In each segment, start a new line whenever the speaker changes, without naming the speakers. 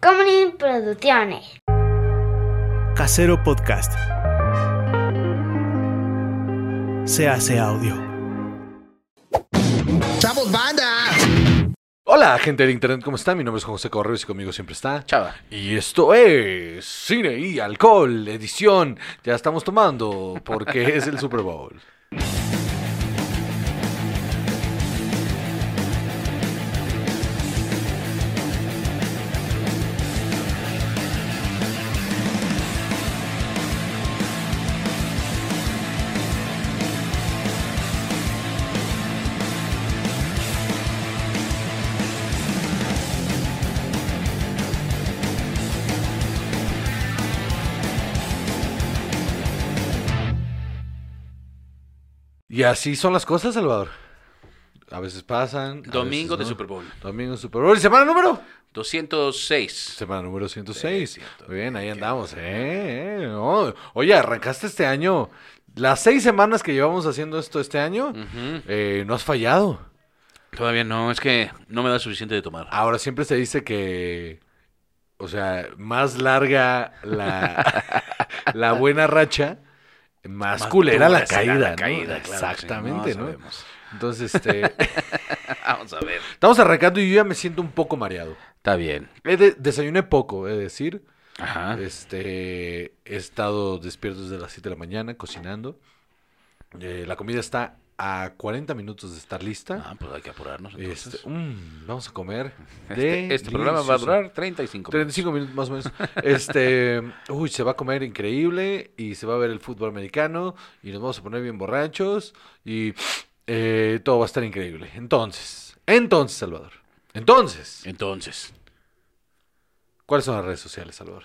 Comedy Producciones.
Casero Podcast. Se hace audio.
¡Chavos, banda!
Hola, gente de internet, ¿cómo están? Mi nombre es José Correos y conmigo siempre está.
Chava.
Y esto es Cine y Alcohol, edición. Ya estamos tomando porque es el Super Bowl. Y así son las cosas, Salvador. A veces pasan. a
Domingo
veces
de
no.
Super Bowl.
Domingo de Super Bowl. ¿Y semana número?
206.
Semana número 106.
Sí, ciento-
Muy bien, ahí andamos. ¿eh? eh, no. Oye, arrancaste este año. Las seis semanas que llevamos haciendo esto este año,
Ujú.
eh, no has fallado.
Todavía no, es que no me da suficiente de tomar.
Ahora siempre se dice que, o sea, más larga la, la buena racha, más, culera la
dura será
caída. ¿no?
caída, claro,
Exactamente,
sí,
¿no?
sabemos.
Entonces, este,
Vamos a ver.
estamos arrancando y yo ya me siento un poco mareado.
Está bien.
He de- desayuné poco, es decir,
Ajá.
este, he estado despierto desde las 7 de la mañana cocinando. Eh, la comida está a 40 minutos de estar lista.
Ah, pues hay que apurarnos. entonces.
Este, mm, vamos a comer.
Este, este programa va a
delicioso.
durar 35 minutos.
35 minutos más o menos. Este, uy, se va a comer increíble y se va a ver el fútbol americano y nos vamos a poner bien borrachos y eh, todo va a estar increíble. Entonces, entonces, Salvador. Entonces,
Entonces,
¿cuáles son las redes sociales, Salvador?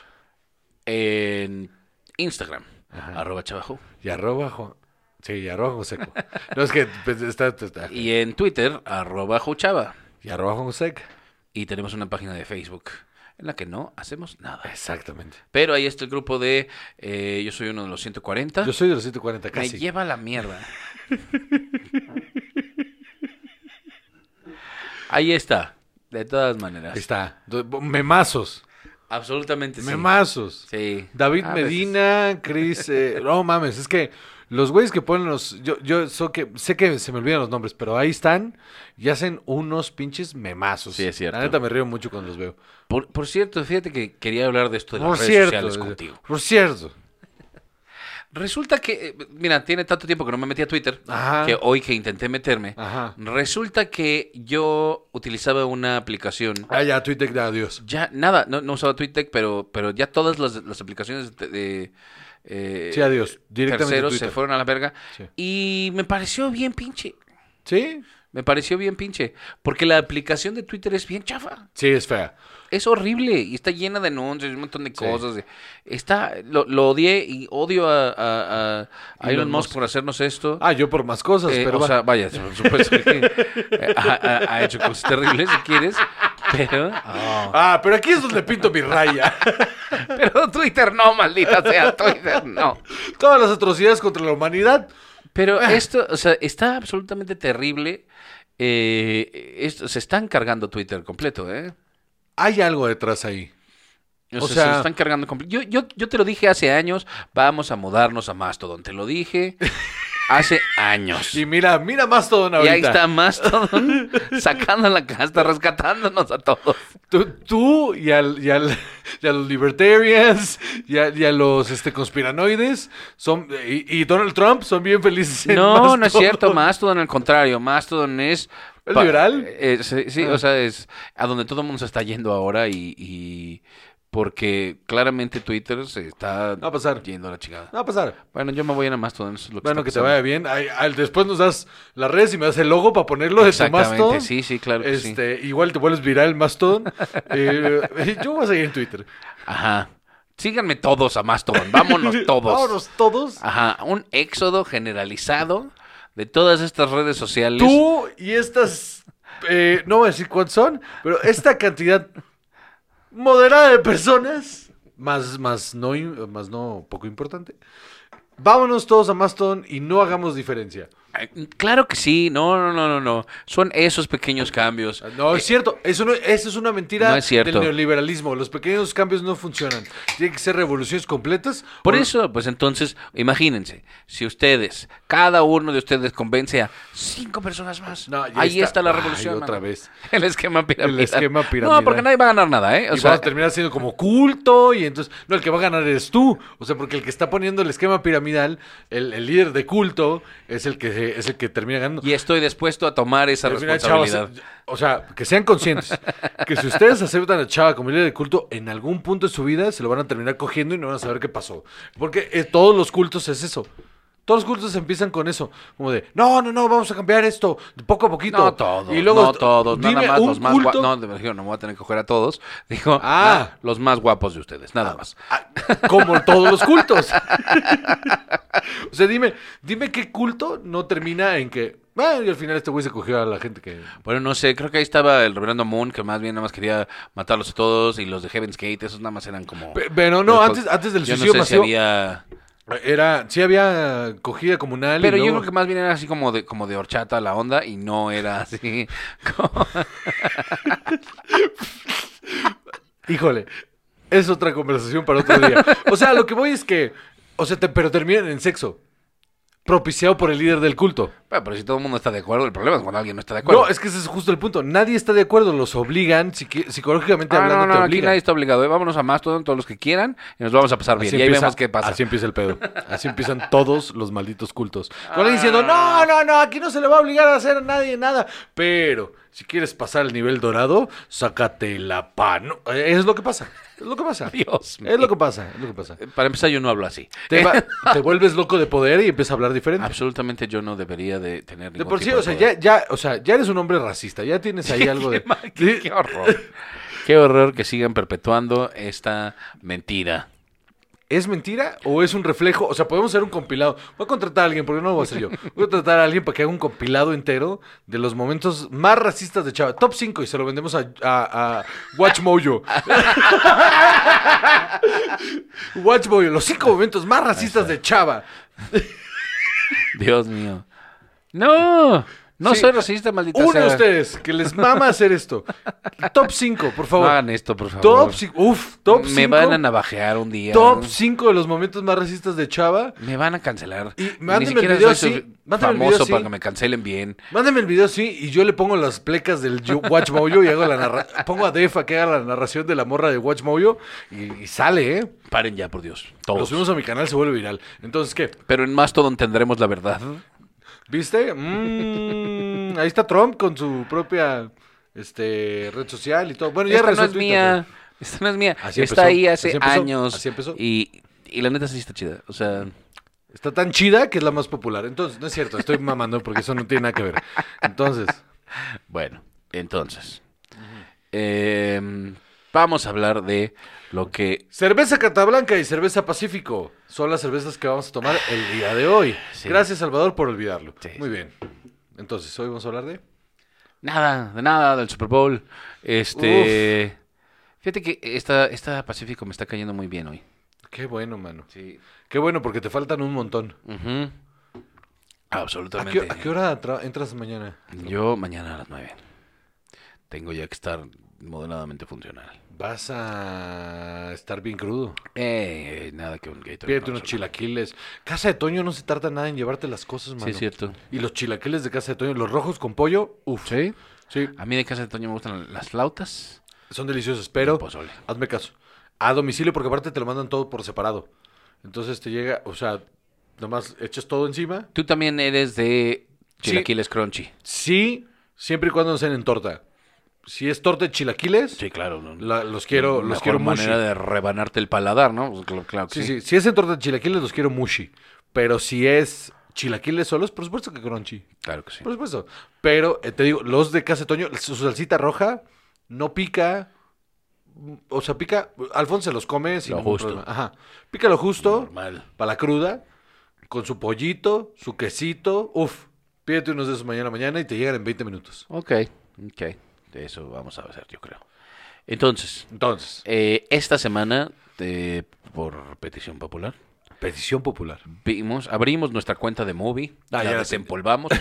en Instagram,
Ajá.
arroba chabajo.
Y arroba, Jo- sí, y arroba Joseco. No, es que pues, está, está- está-
Y en Twitter, arroba jochava.
y arroba Joseca.
Y tenemos una página de Facebook en la que no hacemos nada.
Exactamente.
Pero ahí está el grupo de eh, Yo soy uno de los 140.
Yo soy de los 140
Me
casi.
lleva a la mierda. Ahí está. De todas maneras.
Ahí está. Do- Memazos.
Absolutamente sí.
Memazos.
Sí.
David
A veces.
Medina, Chris, eh, no mames, es que los güeyes que ponen los, yo, yo so que, sé que se me olvidan los nombres, pero ahí están y hacen unos pinches memazos.
Sí, es cierto.
La neta me río mucho cuando los veo.
Por, por cierto, fíjate que quería hablar de esto de
por
Pues las redes
cierto,
sociales
eh,
contigo.
por cierto.
Resulta que, eh, mira, tiene tanto tiempo que no me metí a Twitter,
Ajá.
que hoy que intenté meterme,
Ajá.
resulta que yo utilizaba una aplicación.
Ah, ya, Twitter, de adiós.
Ya, nada, no, no usaba TweetDeck, pero, pero ya todas las, las aplicaciones de, de, eh,
Sí, adiós, directamente
terceros se
Twitter.
fueron a la verga.
Sí.
Y me pareció bien pinche.
¿Sí?
Me pareció bien pinche. Porque la aplicación de Twitter es bien chafa.
Sí, es fea.
Es horrible. Y está llena de anuncios y un montón de
Sí.
cosas. Está, lo, lo odié y odio a, a- a- a
Elon
Elon Musk
Musk.
por hacernos esto.
Ah, yo por más cosas,
Eh,
pero
o
va.
sea, vaya, por supuesto que eh, ha, ha- ha hecho cosas terribles si quieres, pero,
Ah, pero aquí es donde pinto mi raya.
pero Twitter no, maldita sea, Twitter no. Ah.
Todas las atrocidades contra la humanidad.
Pero esto, o sea, está absolutamente terrible. Eh, esto, se están cargando Twitter completo, ¿eh?
Hay algo detrás ahí.
O,
O
sea, se
sea-
lo están cargando comple- Yo, yo, yo te lo dije hace años, vamos a mudarnos a Mastodon. Te lo dije hace años.
Y mira, mira más todo
Y
ahorita.
ahí está Mastodon sacando la casta, rescatándonos a todos.
Tú, tú y, al- y al- y a los libertarians y a, y a los este, conspiranoides son, y, y Donald Trump son bien felices. en
No,
Mastodon.
no es cierto. Mastodon, al contrario. Mastodon es...
¿Es
pa-
liberal?
eh, sí, sí,
Ah.
o sea, es a donde todo el mundo se está yendo ahora y... y porque claramente Twitter se está
Va a pasar.
yendo a la chingada.
No va a pasar.
Bueno, yo me voy a ir a Mastodon. Eso es lo que
Bueno,
está
que te
pasando.
vaya bien. Ay, al- después nos das las redes y me das el logo para ponerlo de tu Mastodon.
Exactamente, sí, sí, claro que sí.
Este, Igual te vuelves viral Mastodon. Eh, yo voy a seguir en Twitter.
Ajá. Síganme todos a Mastodon. Vámonos todos.
Vámonos todos.
Ajá. Un éxodo generalizado de todas estas redes sociales.
Tú y estas, eh, no voy a decir cuántos son, pero esta cantidad moderada de personas, más, más, no, im- más no poco importante, vámonos todos a Mastodon y no hagamos diferencia.
Claro que sí, no, no, no, no, no. Son esos pequeños cambios.
No, es cierto. Eh, Eso, no- eso es una mentira
No es cierto.
del neoliberalismo. Los pequeños cambios no funcionan. Tienen que ser revoluciones completas.
Por
o-
eso, pues entonces, imagínense, si ustedes, cada uno de ustedes convence a cinco personas más,
No, ya
ahí
está.
está, la
Ay,
revolución.
otra
mano.
vez.
El esquema piramidal.
esquema
No, porque
piramidal.
nadie va a ganar nada, ¿eh? O
y
sea,
vas a terminar siendo como culto y entonces, no, el que va a ganar eres tú. O sea, porque el que está poniendo el esquema piramidal, el, el líder de culto, es el que, es el que termina ganando.
y estoy dispuesto a tomar esa
Al final,
responsabilidad.
chavos, o sea, que sean conscientes. que si ustedes aceptan a Chava como líder de culto, en algún punto de su vida se lo van a terminar cogiendo y no van a saber qué pasó. Porque eh, todos los cultos es eso. Todos los cultos empiezan con eso, como de, no, no, no, vamos a cambiar esto, de poco a poquito.
No todos,
y luego,
no todos, no
dime
nada más
un
los más
culto-
guapos. No, me dijeron, no me voy a tener que coger a todos. Dijo,
Ah.
ah, los más guapos de ustedes, nada más.
Ah, como todos los cultos. o sea, dime, dime qué culto no termina en que, "Ah, y al final este güey se cogió a la gente que...
Bueno, no sé, creo que ahí estaba el reverendo Moon, que más bien nada más quería matarlos a todos, y los de Heaven's Gate, esos nada más eran como...
Pe- Pero pues, no, antes, antes del
pues, Yo no
suicidio
sé si
masivo,
había-
Era, sí había cogida comunal. y
Pero yo
luego-
creo que más bien era así como de, como de horchata la onda, y no era así... como-
Híjole, es otra conversación para otro día. O sea, lo que voy es que... O sea, te- pero terminan en sexo. Propiciado por el líder del culto.
Bueno, pero si todo el mundo está de acuerdo, el problema es cuando alguien no está de acuerdo.
No, este es que ese es justo el punto. Nadie está de acuerdo. Los obligan, psiqui- psicológicamente
Ah,
hablando,
no, no,
te
aquí
obligan.
nadie está obligado. ¿eh? Vámonos a más todos, todos los que quieran y nos vamos a pasar bien.
Así
y ahí
empieza-
vemos qué pasa.
Así empieza el pedo. Así empiezan todos los malditos cultos.
Ah.
Con alguien diciendo, no, no, no, aquí no se le va a obligar a hacer a nadie nada. Pero si quieres pasar al nivel dorado, sácate la pan. Es lo que pasa. Es lo que pasa.
Dios mío.
Es lo que pasa. Es lo que pasa.
Para empezar, yo no hablo así.
Te, va- te vuelves loco de poder y empiezas a hablar
Ah,
diferente.
pues, Absolutamente yo no debería de tener ningún
De por sí,
tipo
o
de
sea, ya,
poder.
ya, o sea, ya eres un hombre racista, ya tienes ahí algo de...
qué, qué horror. qué horror que sigan perpetuando esta mentira.
¿Es mentira o es un reflejo? O sea, podemos hacer un compilado. Voy a contratar a alguien, porque no lo voy a hacer yo. Voy a contratar a alguien para que haga un compilado entero de los momentos más racistas de Chava. Top 5 y se lo vendemos a, a, a Watch Mojo. Watch Mojo, los 5 momentos más racistas de Chava.
Dios mío. No, no
Sí.
soy racista, maldita
Uno
sea.
de ustedes que les mama hacer esto. Top 5, por
No
favor.
hagan esto, por favor.
Top 5. Uf, top 5.
Me van a navajear un día.
Top 5 de los momentos más racistas de Chava.
Me van a cancelar.
Y
Ni
mándenme el
siquiera
video
soy
así,
su-
mándenme el video
famoso
así.
para que me cancelen bien.
Mándame el video, sí, y yo le pongo las plecas del Yo- Watch Mojo y hago la narra- pongo a Defa que haga la narración de la morra de Watch Mojo y, y sale, ¿eh?
Paren ya, por Dios.
Lo
Todos.
subimos a mi canal, se vuelve viral. Entonces, ¿qué?
Pero en Mastodon tendremos la verdad.
¿Viste? Mm, ahí está Trump con su propia este, red social y todo. Bueno, ya
Esta no
regresó
es
Twitter,
mía. Esta no es mía.
Así empezó,
está ahí hace
así empezó,
años.
así empezó.
Y, y la neta sí está chida. O sea,
pero Está tan chida que es la más popular. Entonces, no es cierto, estoy mamando porque eso no tiene nada que ver. Entonces,
bueno, entonces. eh, vamos a hablar de lo que.
cerveza Catablanca y cerveza Pacífico son las cervezas que vamos a tomar el día de hoy.
Sí.
Gracias, Salvador, por olvidarlo.
Sí.
Muy bien. Entonces, hoy vamos a hablar de...
Nada, de nada, del Super Bowl. Este. Fíjate que esta, esta Pacífico me está cayendo muy bien hoy.
Qué bueno, mano.
Sí.
Qué bueno, porque te faltan un montón. ¿A
Absolutamente.
qué, a qué hora tra- entras mañana?
Yo mañana a las 9. Tengo ya que estar moderadamente funcional.
Vas a estar bien crudo.
Eh, nada que un gator.
Pídete unos chilaquiles. Casa de Toño no se tarda nada en llevarte las cosas, mano.
Sí, es cierto.
Y los chilaquiles de Casa de Toño, los rojos con pollo, uff.
¿Sí?
Sí,
A mí de casa de Toño me gustan las flautas.
son deliciosos, pero
El pozole.
hazme caso. A domicilio, porque aparte te lo mandan todo por separado. Entonces te llega, o sea, nomás echas todo encima.
Tú también eres de
Sí.
chilaquiles crunchy.
Sí, siempre y cuando no sean en torta. Si es torta de chilaquiles,
claro.
la- los quiero, los quiero mushy.
manera de rebanarte el paladar, ¿no? Pues, cl- claro que
Sí, sí. Si es en torta de chilaquiles, los quiero mushy. Pero si es chilaquiles solos, por supuesto que crunchy.
Claro que sí.
Por supuesto. Pero eh, te digo, los de Casa de Toño, su salsita roja no pica. mm, O sea, pica. Alfonso se los come sin
Lo
ningún
justo.
problema. Ajá. Pica lo justo.
Normal.
Para la cruda. Con su pollito, su quesito. Uf. Pídete unos de esos mañana mañana y te llegan en 20 minutos.
Ok, ok. De eso vamos a hacer, yo creo. Entonces,
Entonces,
eh, esta semana, eh, por petición popular,
Petición popular.
Vimos, abrimos nuestra cuenta de Movie,
Ah,
la
ya la
desempolvamos.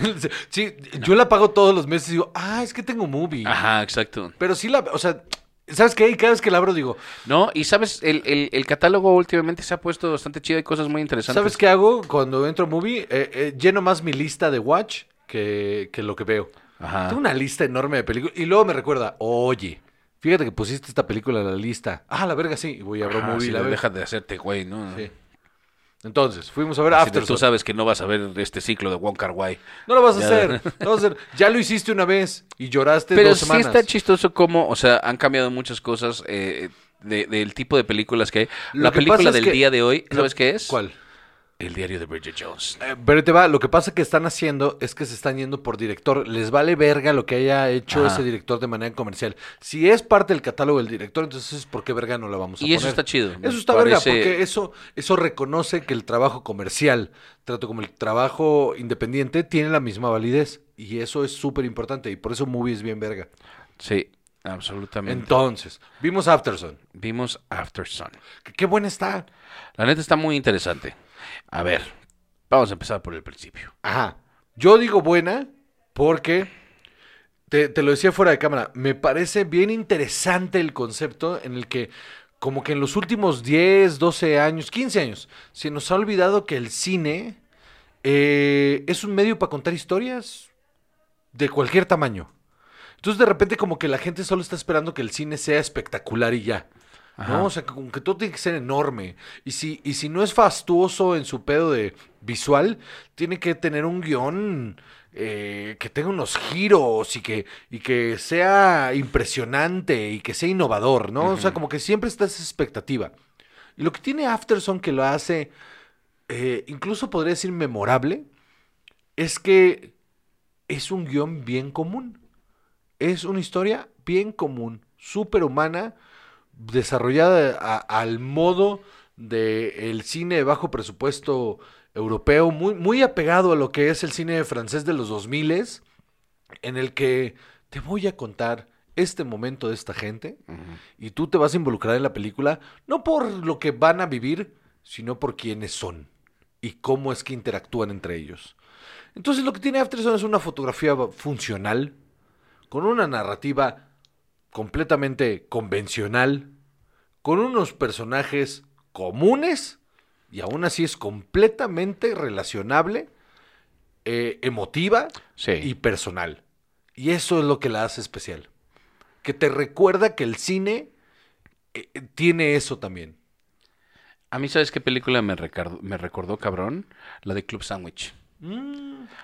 sí, yo la pago todos los meses y digo, ah, es que tengo movie.
Ajá, exacto.
Pero sí la, o sea, ¿sabes qué? Y cada vez que la abro digo,
No, y sabes, el, el- el catálogo últimamente se ha puesto bastante chido y cosas muy interesantes.
¿sabes qué hago cuando entro a movie? Eh, eh, lleno más mi lista de watch que, que lo que veo.
Ajá.
Tengo una lista enorme de películas y luego me recuerda, oye, fíjate que pusiste esta película en la lista. Ah, la verga, sí. Y voy a abrir
Ajá,
movie
sí,
la
de-
veo.
deja de hacerte, güey, ¿no?
Sí. Entonces, fuimos a ver
Así de,
After
tú sabes que no vas a ver este ciclo de Wonka Wai.
No lo vas a
Ya.
hacer. No lo vas a hacer. Ya lo hiciste una vez y lloraste
Pero
dos
sí
semanas.
está chistoso como, o sea, han cambiado muchas cosas eh, de- del tipo de películas que hay.
Lo
la
que pasa
película
es
del
que-
día de hoy,
Lo-
¿sabes qué es?
¿Cuál?
El diario de Bridget Jones.
Eh, pero te va, lo que pasa que están haciendo es que se están yendo por director. Les vale verga lo que haya hecho
Ajá.
ese director de manera comercial. Si es parte del catálogo del director, entonces ¿por qué verga no la vamos a
Y eso
poner?
está chido. me
Eso está verga,
parece-
porque eso, eso reconoce que el trabajo comercial, tanto como el trabajo independiente, tiene la misma validez. Y eso es súper importante. Y por eso Movie es bien verga.
Sí, absolutamente.
Entonces, vimos Afterson.
Vimos After Sun.
Que Qué buena está.
La neta está muy interesante. A ver, vamos a empezar por el principio.
Ajá. Yo digo buena porque, te, te lo decía fuera de cámara, me parece bien interesante el concepto en el que como que en los últimos 10, 12 años, 15 años, se nos ha olvidado que el cine eh, es un medio para contar historias de cualquier tamaño. Entonces de repente como que la gente solo está esperando que el cine sea espectacular y ya.
Ajá.
¿no? O sea, que, como que todo tiene que ser enorme. Y si, y si no es fastuoso en su pedo de visual, tiene que tener un guión eh, que tenga unos giros y que, y que sea impresionante y que sea innovador, ¿no? O sea, como que siempre está esa expectativa. Y lo que tiene Afterson que lo hace, eh, incluso podría decir memorable, es que es un guión bien común. Es una historia bien común, súper humana, desarrollada a- al modo del cine de bajo presupuesto europeo, muy, muy apegado a lo que es el cine francés de los 2000, en el que te voy a contar este momento de esta gente
Ujú.
y tú te vas a involucrar en la película, no por lo que van a vivir, sino por quiénes son y cómo es que interactúan entre ellos. Entonces lo que tiene Afterson es una fotografía va- funcional, con una narrativa completamente convencional, con unos personajes comunes, y aún así es completamente relacionable, eh, emotiva
Sí.
y personal. Y eso es lo que la hace especial. Que te recuerda que el cine eh, eh, tiene eso también.
A mí, ¿sabes qué película me recordó, me recordó, cabrón? La de Club Sandwich.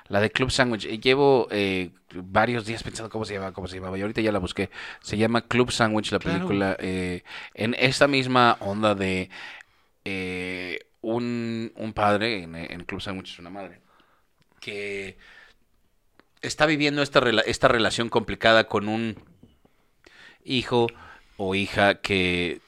La de Club Sandwich. Eh, Llevo eh, varios días pensando cómo se llamaba, cómo se llamaba. Y ahorita ya la busqué. Se llama Club Sandwich, la
Claro.
película. eh, en esta misma onda de eh, un, un padre, en, en Club Sandwich es una madre, que está viviendo esta, rela- esta relación complicada con un hijo o hija que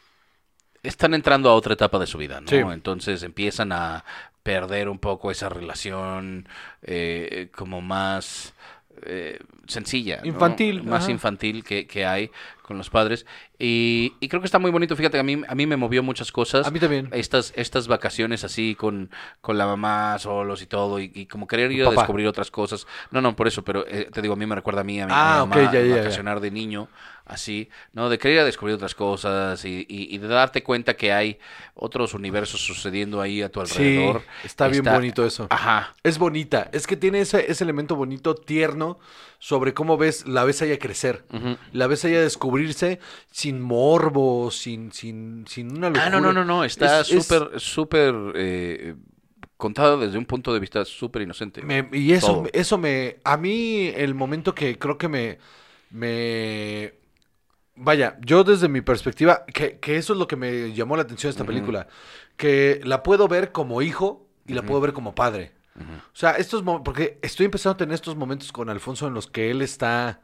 están entrando a otra etapa de su vida, ¿no?
Sí.
Entonces empiezan a perder un poco esa relación eh, como más eh, sencilla. ¿no?
Infantil,
Más
ajá.
infantil que, que hay con los padres. Y, y creo que está muy bonito. Fíjate, que a mí, a mí me movió muchas cosas
A mí también.
estas, estas vacaciones así con, con la mamá solos y todo, y, y como querer ir a
Papá.
descubrir otras cosas. No, no, por eso, pero eh, te digo, a mí me recuerda a mí, a mi,
Ah,
a mi mamá,
ok, ya, ya, ya.
vacacionar de niño, así, ¿no? De querer ir a descubrir otras cosas y, y- y de darte cuenta que hay otros universos sucediendo ahí a tu alrededor. Ah.
está bien bonito eso.
Ajá.
Es bonita, es que tiene ese, ese elemento bonito, tierno, sobre cómo ves, la ves a ella crecer,
Ujú.
la ves a ella descubrirse sin morbo, sin, sin, sin una locura.
Ah, no, no, no, no, está
Es- es-
súper, súper eh, contado desde un punto de vista súper inocente.
Me- y eso,
Todo.
eso me. A mí, el momento que creo que me. me vaya, yo desde mi perspectiva, que, que eso es lo que me llamó la atención de esta película. Que la puedo ver como hijo y la puedo ver como padre. O sea, estos mo- porque estoy empezando a tener estos momentos con Alfonso en los que él está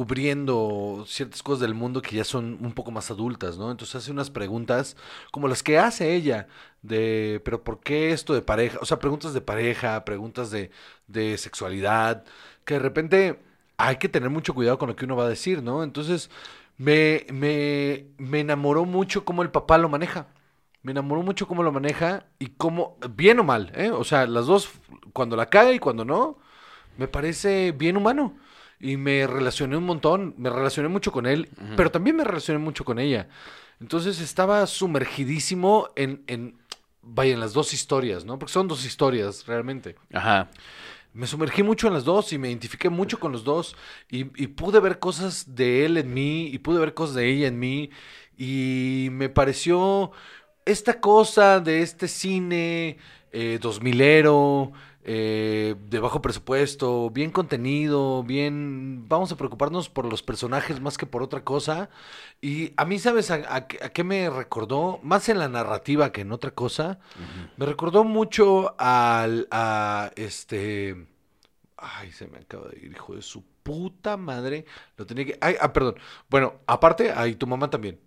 descubriendo ciertas cosas del mundo que ya son un poco más adultas, ¿no? Entonces hace unas preguntas como las que hace ella de, pero ¿por qué esto de pareja? O sea, preguntas de pareja, preguntas de, de sexualidad, que de repente hay que tener mucho cuidado con lo que uno va a decir, ¿no? Entonces me, me, me enamoró mucho cómo el papá lo maneja. Me enamoró mucho cómo lo maneja y cómo, bien o mal, ¿eh? O sea, las dos, cuando la caga y cuando no, me parece bien humano. Y me relacioné un montón, me relacioné mucho con él, pero también me relacioné mucho con ella. Entonces estaba sumergidísimo en, en, vaya, en las dos historias, ¿no? Porque son dos historias realmente.
Ajá.
Me sumergí mucho en las dos y me identifiqué mucho con los dos y, y pude ver cosas de él en mí y pude ver cosas de ella en mí y me pareció esta cosa de este cine eh, 2000ero, eh, de bajo presupuesto, bien contenido, bien... Vamos a preocuparnos por los personajes más que por otra cosa. Y a mí, ¿sabes a, a qué- a qué me recordó? Más en la narrativa que en otra cosa. Me recordó mucho al... a este... Ay, se me acaba de ir, hijo de su puta madre. Lo tenía que... Ay, ah, perdón. Bueno, aparte, ahí tu mamá también.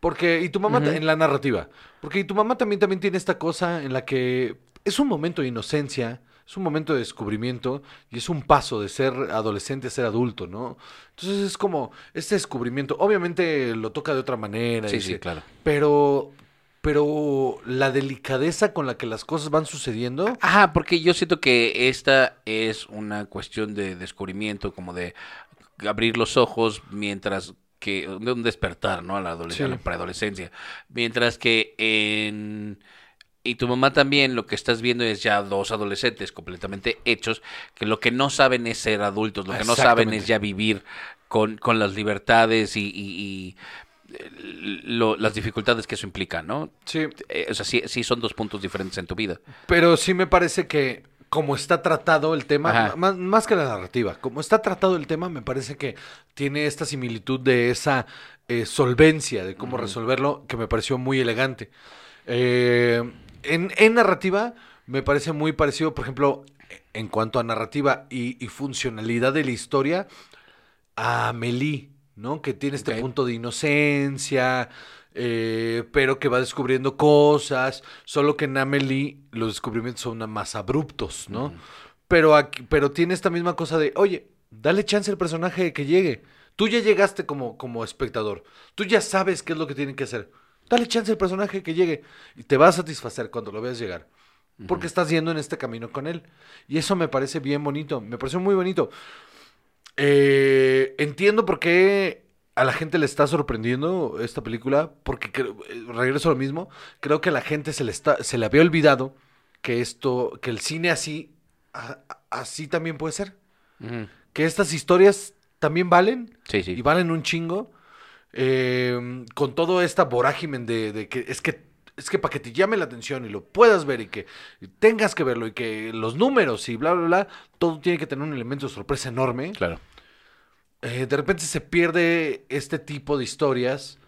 Porque, y tu mamá ta- en la narrativa. Porque y tu mamá también, también tiene esta cosa en la que es un momento de inocencia, es un momento de descubrimiento y es un paso de ser adolescente a ser adulto, ¿no? Entonces es como este descubrimiento. Obviamente lo toca de otra manera.
Sí,
y
sí,
se-
claro.
Pero, pero la delicadeza con la que las cosas van sucediendo.
Ajá, porque yo siento que esta es una cuestión de descubrimiento, como de abrir los ojos mientras que, de un despertar, ¿no? A la, adolesc-
Sí.
a la preadolescencia. Mientras que en... Y tu mamá también lo que estás viendo es ya dos adolescentes completamente hechos, que lo que no saben es ser adultos, lo que no saben
Exactamente.
es ya vivir con, con las libertades y, y- y, eh, lo- las dificultades que eso implica, ¿no?
Sí,
Eh, o sea, sí, sí son dos puntos diferentes en tu vida.
Pero sí me parece que como está tratado el tema,
Ajá.
más, más que la narrativa, como está tratado el tema, me parece que tiene esta similitud de esa eh, solvencia de cómo resolverlo, que me pareció muy elegante. Eh, en, en narrativa, me parece muy parecido, por ejemplo, en cuanto a narrativa y, y funcionalidad de la historia, a Amélie, ¿no? Que tiene este
Ok.
punto de inocencia, eh, pero que va descubriendo cosas, solo que en Amélie los descubrimientos son más abruptos, ¿no? pero, aquí- pero tiene esta misma cosa de, oye, dale chance al personaje de que llegue. Tú ya llegaste como, como espectador, tú ya sabes qué es lo que tienen que hacer. Dale chance al personaje de que llegue y te va a satisfacer cuando lo veas llegar. Porque estás yendo en este camino con él. Y eso me parece bien bonito. Me pareció muy bonito. Eh, entiendo por qué a la gente le está sorprendiendo esta película, porque creo- eh, regreso a lo mismo, creo que a la gente se le, está, se le había olvidado que esto, que el cine así, a- a- así también puede ser, que estas historias también valen
Sí, sí.
y valen un chingo, eh, con todo esta vorágimen de, de que es que es que para que te llame la atención y lo puedas ver y que tengas que verlo y que los números y bla, bla, bla, todo tiene que tener un elemento de sorpresa enorme
Claro.
eh, de repente se pierde este tipo de historias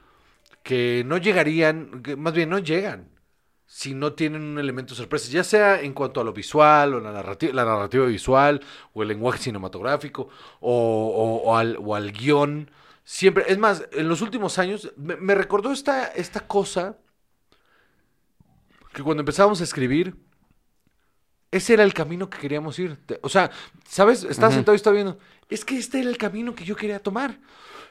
que no llegarían, que más bien no llegan, si no tienen un elemento sorpresa, ya sea en cuanto a lo visual o la narrativa, la narrativa visual o el lenguaje cinematográfico o, o- o al, o al guión. Siempre, es más, en los últimos años me, me recordó esta, esta cosa que cuando empezábamos a escribir, ese era el camino que queríamos ir. Te- O sea, ¿sabes? Estaba sentado y estaba viendo. Es que este era el camino que yo quería tomar.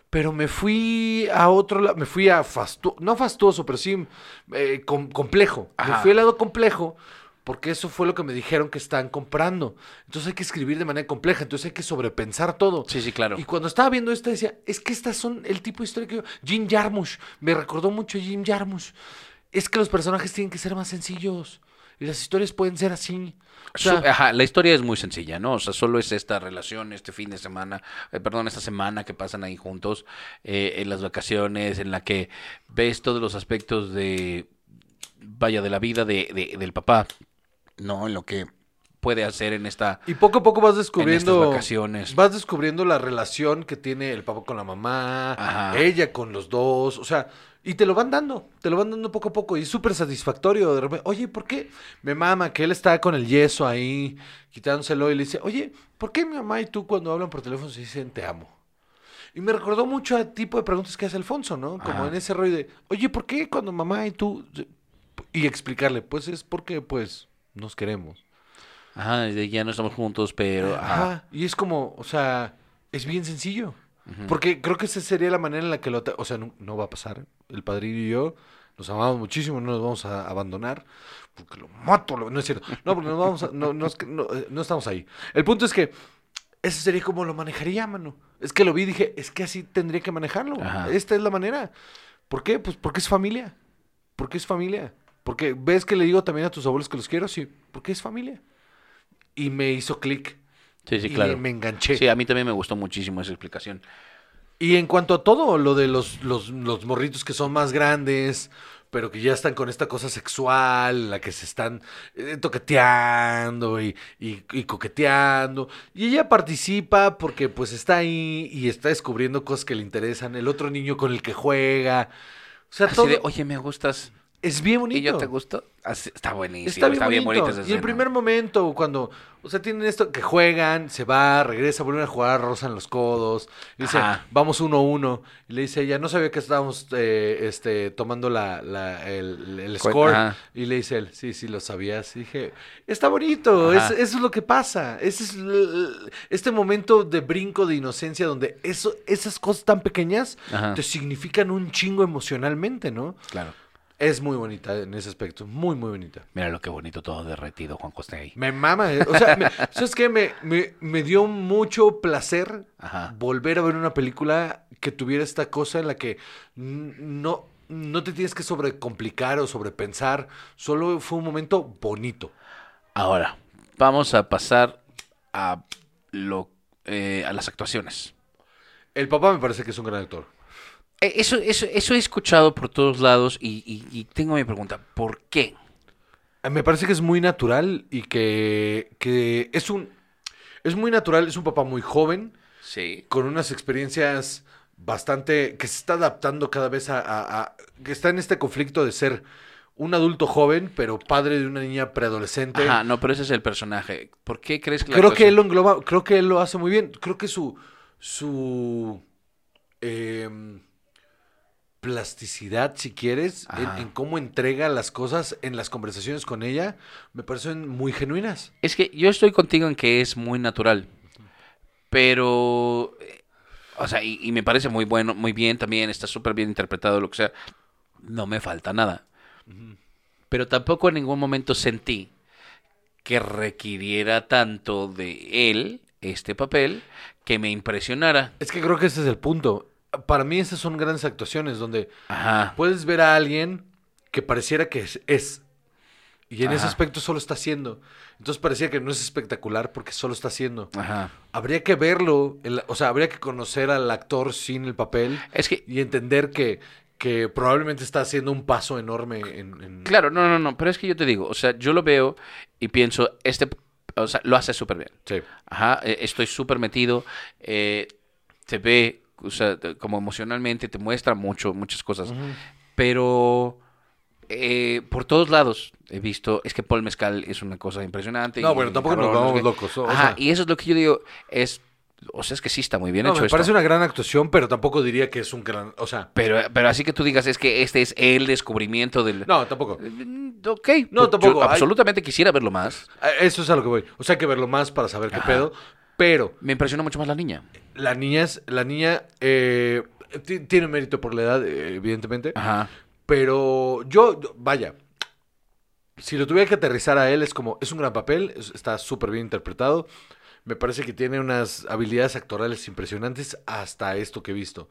Pero me fui a otro lado, me fui a fastuoso, no fastuoso, pero sí eh, com- complejo. Me
Ajá.
fui al lado complejo porque eso fue lo que me dijeron que están comprando. Entonces hay que escribir de manera compleja, entonces hay que sobrepensar todo.
Sí, sí, claro.
Y cuando estaba viendo esta decía, es que estas son el tipo de historia que yo... Jim Jarmusch, me recordó mucho a Jim Jarmusch. Es que los personajes tienen que ser más sencillos. Y las historias pueden ser así. O sea,
Su- Ajá, la historia es muy sencilla, ¿no? O sea, solo es esta relación, este fin de semana, eh, perdón, esta semana que pasan ahí juntos, eh, en las vacaciones, en la que ves todos los aspectos de, vaya, de la vida de, de- del papá, ¿no? En lo que puede hacer en esta...
y poco a poco vas
en
descubriendo...
estas vacaciones.
Vas descubriendo la relación que tiene el papá con la mamá,
Ajá.
ella con los dos, o sea, y te lo van dando, te lo van dando poco a poco y es súper satisfactorio. De repente, oye, ¿por qué me mama que él está con el yeso ahí, quitándoselo y le dice, oye, ¿por qué mi mamá y tú cuando hablan por teléfono se dicen te amo? Y me recordó mucho al tipo de preguntas que hace Alfonso, ¿no? Como
Ajá.
en ese rollo de, oye, ¿por qué cuando mamá y tú... Y explicarle, pues es porque, pues, nos queremos.
Ajá, de ya no estamos juntos, pero...
Ajá.
Ajá.
Y es como, o sea, es bien sencillo. Porque creo que esa sería la manera en la que lo... ata- O sea, no, no va a pasar. El padrino y yo nos amamos muchísimo, no nos vamos a abandonar. Porque lo mato. lo- No es cierto. No, porque nos vamos a- no, no es que- no, eh, no estamos ahí. El punto es que eso sería como lo manejaría, mano. Es que lo vi y dije, es que así tendría que manejarlo.
Ajá.
Esta es la manera. ¿Por qué? Pues porque es familia. Porque es familia. Porque ves que le digo también a tus abuelos que los quiero, sí. Porque es familia. Y me hizo clic.
Sí, sí,
Y
claro.
me- me enganché.
Sí, a mí también me gustó muchísimo esa explicación.
Y en cuanto a todo lo de los, los, los morritos que son más grandes, pero que ya están con esta cosa sexual, la que se están eh, toqueteando y, y- y coqueteando. Y ella participa porque pues está ahí y está descubriendo cosas que le interesan. El otro niño con el que juega. O sea, todo
Así de, oye, me gustas
es bien bonito.
y yo te gusto. Así- está buenísimo.
Está, bien, bonito.
bonita
y
esa
el
escena.
primer momento, cuando, o sea, tienen esto, que juegan, se va, regresa, vuelven a jugar, rozan los codos, y dice,
Ajá.
vamos uno a uno. Y le dice ella, no sabía que estábamos eh, este, tomando la, la- el, el
Cu-
score.
ajá.
Y le dice él, sí, sí, lo sabías. Y dije, está bonito, es-
Ajá.
eso es lo que pasa. Ese es l- este momento de brinco de inocencia donde eso, esas cosas tan pequeñas
Ajá.
te significan un chingo emocionalmente, ¿no?
Claro.
Es muy bonita en ese aspecto, muy, muy bonita.
Mira lo que bonito todo derretido, Juan Costa ahí.
Me mama. eh. O sea, me- ¿sabes qué? Me, me- me dio mucho placer
Ajá.
volver a ver una película que tuviera esta cosa en la que n- no, no te tienes que sobrecomplicar o sobrepensar. Solo fue un momento bonito.
Ahora, vamos a pasar a lo eh, a las actuaciones.
El papá me parece que es un gran actor.
Eh, Eso, eso, eso he escuchado por todos lados y, y- y tengo mi pregunta, ¿por qué?
Eh, Me parece que es muy natural y que, que es un... Es muy natural, es un papá muy joven.
Sí.
con unas experiencias bastante que se está adaptando cada vez a, a- a- que está en este conflicto de ser un adulto joven pero padre de una niña preadolescente.
Ajá, no, pero ese es el personaje. ¿Por qué crees que la
creo que él
actuación-
lo engloba, creo que él lo hace muy bien. Creo que su su em, plasticidad, si quieres, en,
Ajá.
en cómo entrega las cosas en las conversaciones con ella, me parecen muy genuinas.
Es que yo estoy contigo en que es muy natural. Pero. eh, O sea, y, y me parece muy bueno, muy bien también. Está súper bien interpretado, lo que sea. No me falta nada. Pero tampoco en ningún momento sentí que requiriera tanto de él, este papel, que me impresionara.
Es que creo que ese es el punto. Para mí esas son grandes actuaciones donde
Ajá.
Puedes ver a alguien que pareciera que es. es, y en ese
Ajá.
aspecto solo está haciendo. Entonces parecía que no es espectacular porque solo está haciendo.
Ajá.
Habría que verlo, el- o sea, habría que conocer al actor sin el papel
Es que.
y entender que, que probablemente está haciendo un paso enorme en... en-
Claro, no, no, no. Pero es que yo te digo, o sea, yo lo veo y pienso, este. O sea, lo hace súper bien.
Sí.
Ajá, eh, estoy súper metido. eh, te ve, o sea, te- como emocionalmente, te muestra mucho, muchas cosas. Pero eh, por todos lados he visto, es que Paul Mezcal es una cosa impresionante.
No,
y-
bueno, tampoco nos
cabrón, no sé
vamos
qué.
locos. o- o sea,
Ajá, y eso es lo que yo digo, es, o sea, es que sí está muy bien
no,
hecho
me
esto.
parece una gran actuación, pero tampoco diría que es un gran... O sea,
Pero, pero así que tú digas, es que este es el descubrimiento del...
no, tampoco.
Mm, Ok,
No,
yo
tampoco, hay-
absolutamente quisiera verlo más.
A- Eso es a lo que voy. O sea, hay que verlo más para saber qué
Ajá.
pedo, pero...
Me impresiona mucho más la niña.
La niña, es- la niña eh, ti- tiene mérito por la edad, eh, evidentemente.
Ajá.
Pero yo, yo- vaya, si lo tuviera que aterrizar a él, es como, es un gran papel, es- está súper bien interpretado. Me parece que tiene unas habilidades actorales impresionantes hasta esto que he visto.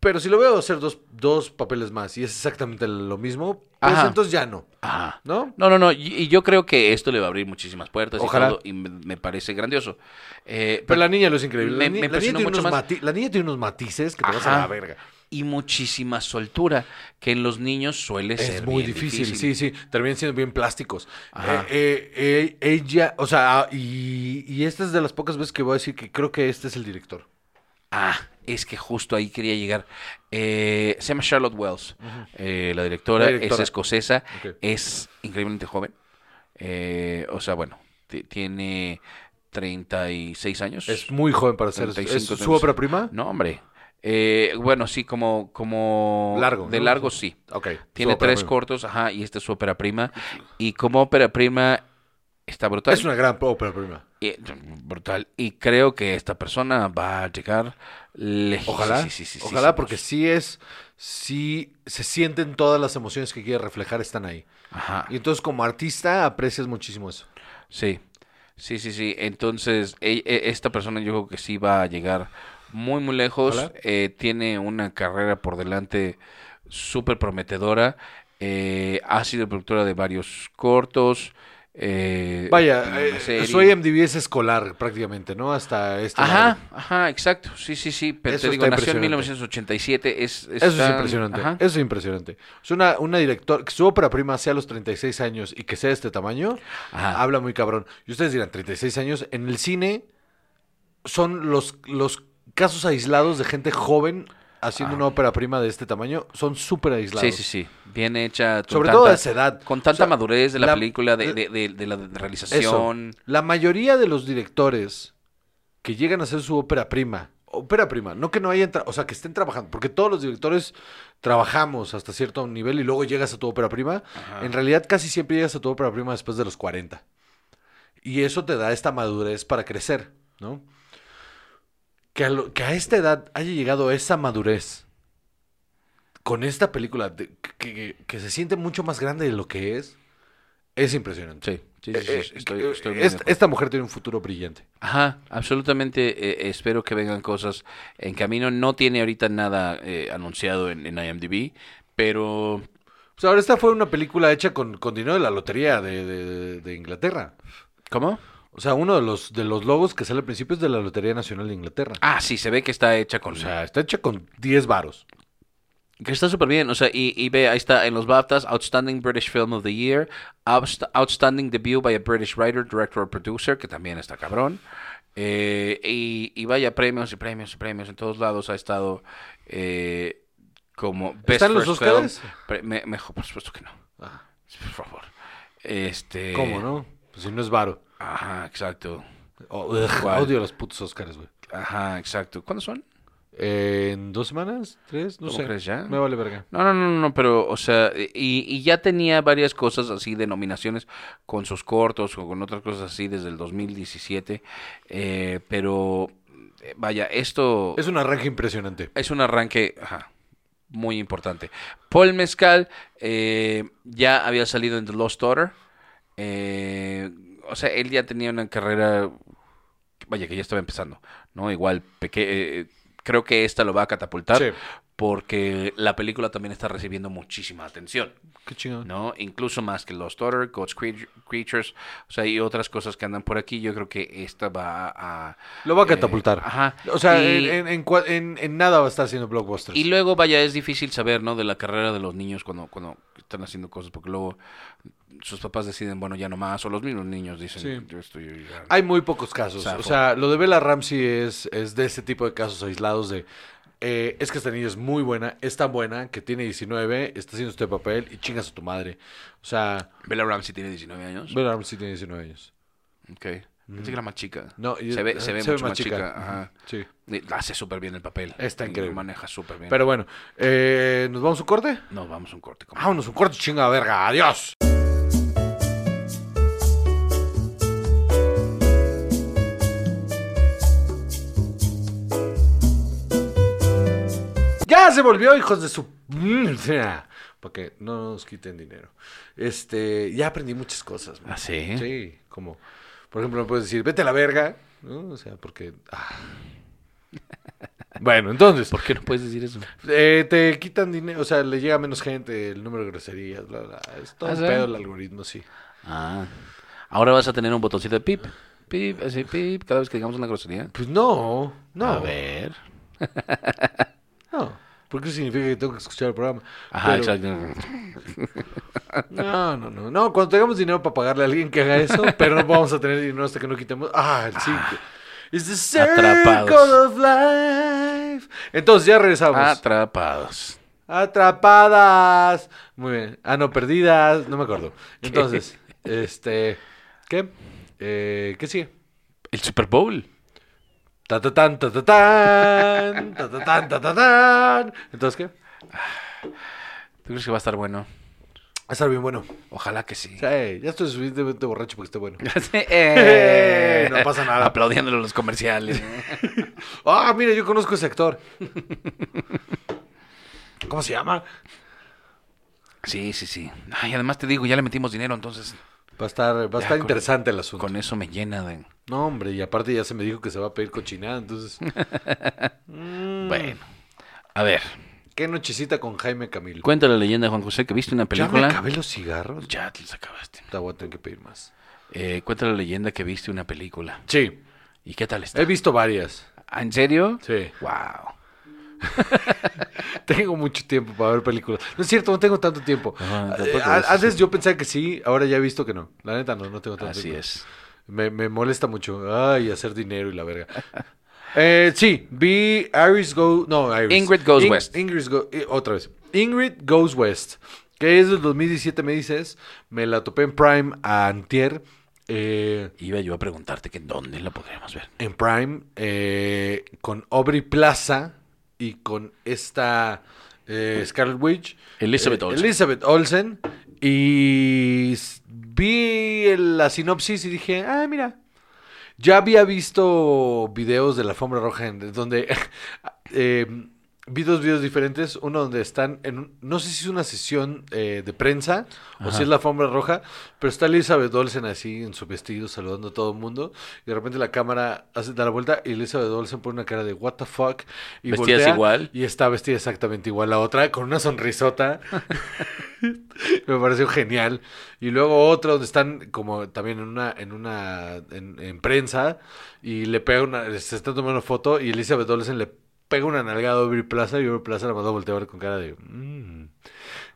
Pero si lo veo hacer dos, dos papeles más y es exactamente lo mismo, pues
Ajá.
entonces ya no,
Ajá.
¿no?
No, no, no. Y y yo creo que esto le va a abrir muchísimas puertas
Ojalá.
y todo. Y me, me parece grandioso. Eh,
Pero la niña lo es increíble.
Me-
La, ni- la niña
me impresionó
tiene
mucho
unos
más.
mati- la niña tiene unos matices que te vas a
Ajá.
la verga.
Y muchísima soltura, que en los niños suele ser.
Es muy
bien
difícil, sí, sí. Terminan siendo bien plásticos.
Ajá.
Eh, eh, eh, ella, o sea, ah, y, y esta es de las pocas veces que voy a decir que creo que este es el director.
Ah, es que justo ahí quería llegar. Eh, se llama Charlotte Wells, eh, la,
La
directora,
directora.
es escocesa,
Ok.
es increíblemente joven. Eh, o sea, bueno, ti- tiene 36 años.
Es muy joven para hacer es-
35,
es su obra prima.
No, hombre. Eh, bueno, sí, como, como
Largo,
De
¿no?
largo, sí.
Ok.
Tiene
su ópera
tres
prima.
cortos, este ajá, y esta es su ópera prima. Y como ópera prima está brutal.
Es una gran ópera prima.
Y- brutal. Y creo que esta persona va a llegar lejos.
Ojalá,
Sí, sí, sí, sí,
ojalá,
sí,
porque
sí.
sí es, sí se sienten todas las emociones que quiere reflejar están ahí.
Ajá.
Y entonces como artista aprecias muchísimo eso.
Sí, sí, sí, sí. Entonces, e- e- esta persona yo creo que sí va a llegar muy, muy lejos.
Ojalá.
Eh, tiene una carrera por delante súper prometedora. Eh, ha sido productora de varios cortos. eh,
Vaya,
una
eh,
serie.
su IMDb es escolar prácticamente, ¿no? Hasta este
Ajá,
lado.
ajá, exacto. Sí, sí, sí. Pero
Eso
te digo,
está
nació en
impresionante.
1987. Es,
Eso es
está-
impresionante,
ajá.
eso es impresionante. Es una, una directora que su ópera prima sea a los 36 años y que sea de este tamaño,
Ajá.
habla muy cabrón. Y ustedes dirán, 36 años, en el cine son los, los casos aislados de gente joven haciendo una ópera prima de este tamaño, son súper aislados.
Ah. Sí, sí, sí. Bien hecha. con
Sobre todo
tanta-
a esa edad.
Con tanta
O sea,
madurez de la,
la-
película, de,
la-
de- de- de la
Eso.
realización.
La mayoría de los directores que llegan a hacer su ópera prima, ópera prima, no que no hayan, tra- o sea, que estén trabajando, porque todos los directores trabajamos hasta cierto nivel y luego llegas a tu ópera prima, en realidad casi siempre llegas a tu ópera prima después de los 40. Y eso te da esta madurez para crecer, ¿no? Que a, lo- que a esta edad haya llegado esa madurez con esta película de- que, que- que se siente mucho más grande de lo que es, es impresionante.
Sí, sí, sí, sí,
Eh, eh,
estoy,
eh,
estoy muy de
esta,
acuerdo.
esta mujer tiene un futuro brillante.
Ajá, absolutamente. eh, espero que vengan cosas en camino. No tiene ahorita nada eh, anunciado en, en IMDb, pero
O sea, ahora esta fue una película hecha con, con dinero de la lotería de, de- de Inglaterra.
¿cómo?
O sea, uno de los de los logos que sale al principio es de la Lotería Nacional de Inglaterra.
Ah, sí, se ve que está hecha con.
O sea, está hecha con 10 varos.
que está súper bien. O sea, y, y ve, ahí está en los BAFTAs: Outstanding British Film of the Year, Outst- Outstanding Debut by a British Writer, Director or Producer, que también está cabrón. Eh, y, y vaya, premios y premios y premios en todos lados ha estado eh, como.
¿Están los
First Film.
Óscares?
Pre- me- mejor, por supuesto que no. Por favor. Este.
¿Cómo, no? Pues si no es varo.
Ajá, exacto.
Oh, ugh,
¿Cuál?
odio a los putos Oscars, güey.
Ajá, exacto. ¿Cuándo son?
Eh, ¿En dos semanas? ¿Tres? No
¿Cómo
sé.
crees ya?
Me vale verga.
No, no, no, no, pero, o sea, y, y ya tenía varias cosas así, de nominaciones con sus cortos o con otras cosas así desde el 2017, eh, pero eh, vaya, esto
Es un arranque impresionante.
es un arranque ajá, muy importante. Paul Mezcal eh, ya había salido en The Lost Daughter. eh, o sea, él ya tenía una carrera, vaya, que ya estaba empezando, ¿no? Igual, peque- eh, creo que esta lo va a catapultar.
Sí.
Porque la película también está recibiendo muchísima atención,
Qué chingón.
¿no? Incluso más que Lost Daughter, God's Creat- Creatures, o sea, y otras cosas que andan por aquí. Yo creo que esta va a...
Lo va a
eh,
catapultar.
ajá.
O sea, eh,
Y-
en, en- en cua- en- en nada va a estar haciendo blockbusters.
y luego, vaya, es difícil saber, ¿no? De la carrera de los niños cuando, cuando están haciendo cosas, porque luego sus papás deciden, bueno, ya no más, o los mismos niños dicen,
Sí.
yo estoy... ya-
Hay muy pocos casos.
Zafo.
O sea, lo de Bella Ramsey es, es de ese tipo de casos aislados de... eh, es que esta niña es muy buena, es tan buena que tiene 19, está haciendo este papel y chingas a tu madre. O sea,
Bella Ramsey tiene 19 años.
Bella Ramsey tiene 19 años.
ok. Pensé que era más chica.
No, y-
se ve, se ve mucho más chica. Ajá.
Ujú, Sí.
Y la Hace súper bien el papel.
Está
Y
increíble.
Lo maneja súper bien.
Pero bueno, eh, ¿nos vamos a un corte?
Nos vamos a un corte. ¿cómo?
Vámonos, un corte, chinga verga. Adiós. Ya se volvió, hijos de su. Porque no nos quiten dinero. Este, ya aprendí muchas cosas. man.
¿Ah, sí?
Sí, como. Por ejemplo, me puedes decir, vete a la verga. ¿no? O sea, porque. ah. Bueno, entonces.
¿Por qué no puedes decir eso?
Eh, te quitan dinero, o sea, le llega menos gente, el número de groserías, bla, bla. Es todo
¿Ah,
un
sí?
pedo el algoritmo, sí.
Ah. Ahora vas a tener un botoncito de pip. Pip, así pip, cada vez que digamos una grosería.
Pues no, no.
A ver.
No. Porque eso significa que tengo que escuchar el programa.
Ajá,
Pero-
exacto.
No, no, no. No, cuando tengamos dinero para pagarle a alguien que haga eso, pero no vamos a tener dinero hasta que no quitemos. Ah, el 5. It's the circle
Atrapados.
of life. Entonces ya regresamos.
Atrapados.
Atrapadas. Muy bien. Ah, no, perdidas. No me acuerdo. Entonces, este. ¿Qué? Eh, ¿Qué sigue?
El Super Bowl.
Ta ta tan ta ta tan ta ta tan ta ta tan. Entonces qué?
¿Tú crees que va a estar bueno?
a estar bien bueno.
Ojalá que sí.
Sí, ya estoy suficientemente borracho porque esté bueno.
Eh,
No pasa nada.
Aplaudiéndole a los comerciales.
Ah, mira, yo conozco ese actor. ¿Cómo se llama?
Sí, sí, sí. Ay, además te digo, ya le metimos dinero, entonces
Va a estar, va a estar
con-
interesante el asunto.
con eso me llena de...
No, hombre, y aparte ya se me dijo que se va a pedir cochinada, entonces. Mm.
Bueno. A ver,
¿Qué nochecita con Jaime Camilo?
cuenta la leyenda, Juan José, que viste una
¿Ya
película...
me acabé los cigarros?
Ya te los acabaste.
Te voy a tener que pedir más.
Eh, cuenta la leyenda que viste una película.
Sí,
¿Y qué tal está?
he visto varias.
¿Ah, ¿En serio?
Sí.
Wow.
Tengo mucho tiempo para ver películas. No es cierto, no tengo tanto tiempo.
Ajá,
Eh,
tampoco
a-
es-
Antes yo pensaba que sí, ahora ya he visto que no. La neta, no, no tengo tanto
Así
tiempo.
es.
Me, me molesta mucho. Ay, hacer dinero y la verga. Eh, sí, vi Iris Go... No, Iris.
Ingrid Goes West.
Ingrid Go- eh, otra vez. Ingrid Goes West. Que es del 2017, me dices. Me la topé en Prime a antier. Eh,
Iba yo a preguntarte que dónde la podríamos ver.
en Prime. eh, con Aubrey Plaza. Y con esta... eh, Scarlet Witch.
Elizabeth
Eh,
Olsen.
Elizabeth Olsen. Y s- vi el- la sinopsis y dije, ah, mira. Ya había visto videos de la alfombra roja en- donde eh, vi dos videos diferentes. Uno donde están en, un- no sé si es una sesión eh, de prensa o si es la alfombra roja, pero está Elizabeth Olsen así en su vestido saludando a todo el mundo. Y de repente la cámara hace, da la vuelta y Elizabeth Olsen pone una cara de what the fuck. Y
¿Vestida es
voltea
igual?
Y está vestida exactamente igual la otra, con una sonrisota. Me pareció genial. Y luego otro donde están como también en una, en una, en, en prensa y le pega una, se está tomando una foto y Elizabeth Olsen le pega una nalgada a Aubrey Plaza y Aubrey Plaza la mandó a voltear con cara de... "Mm".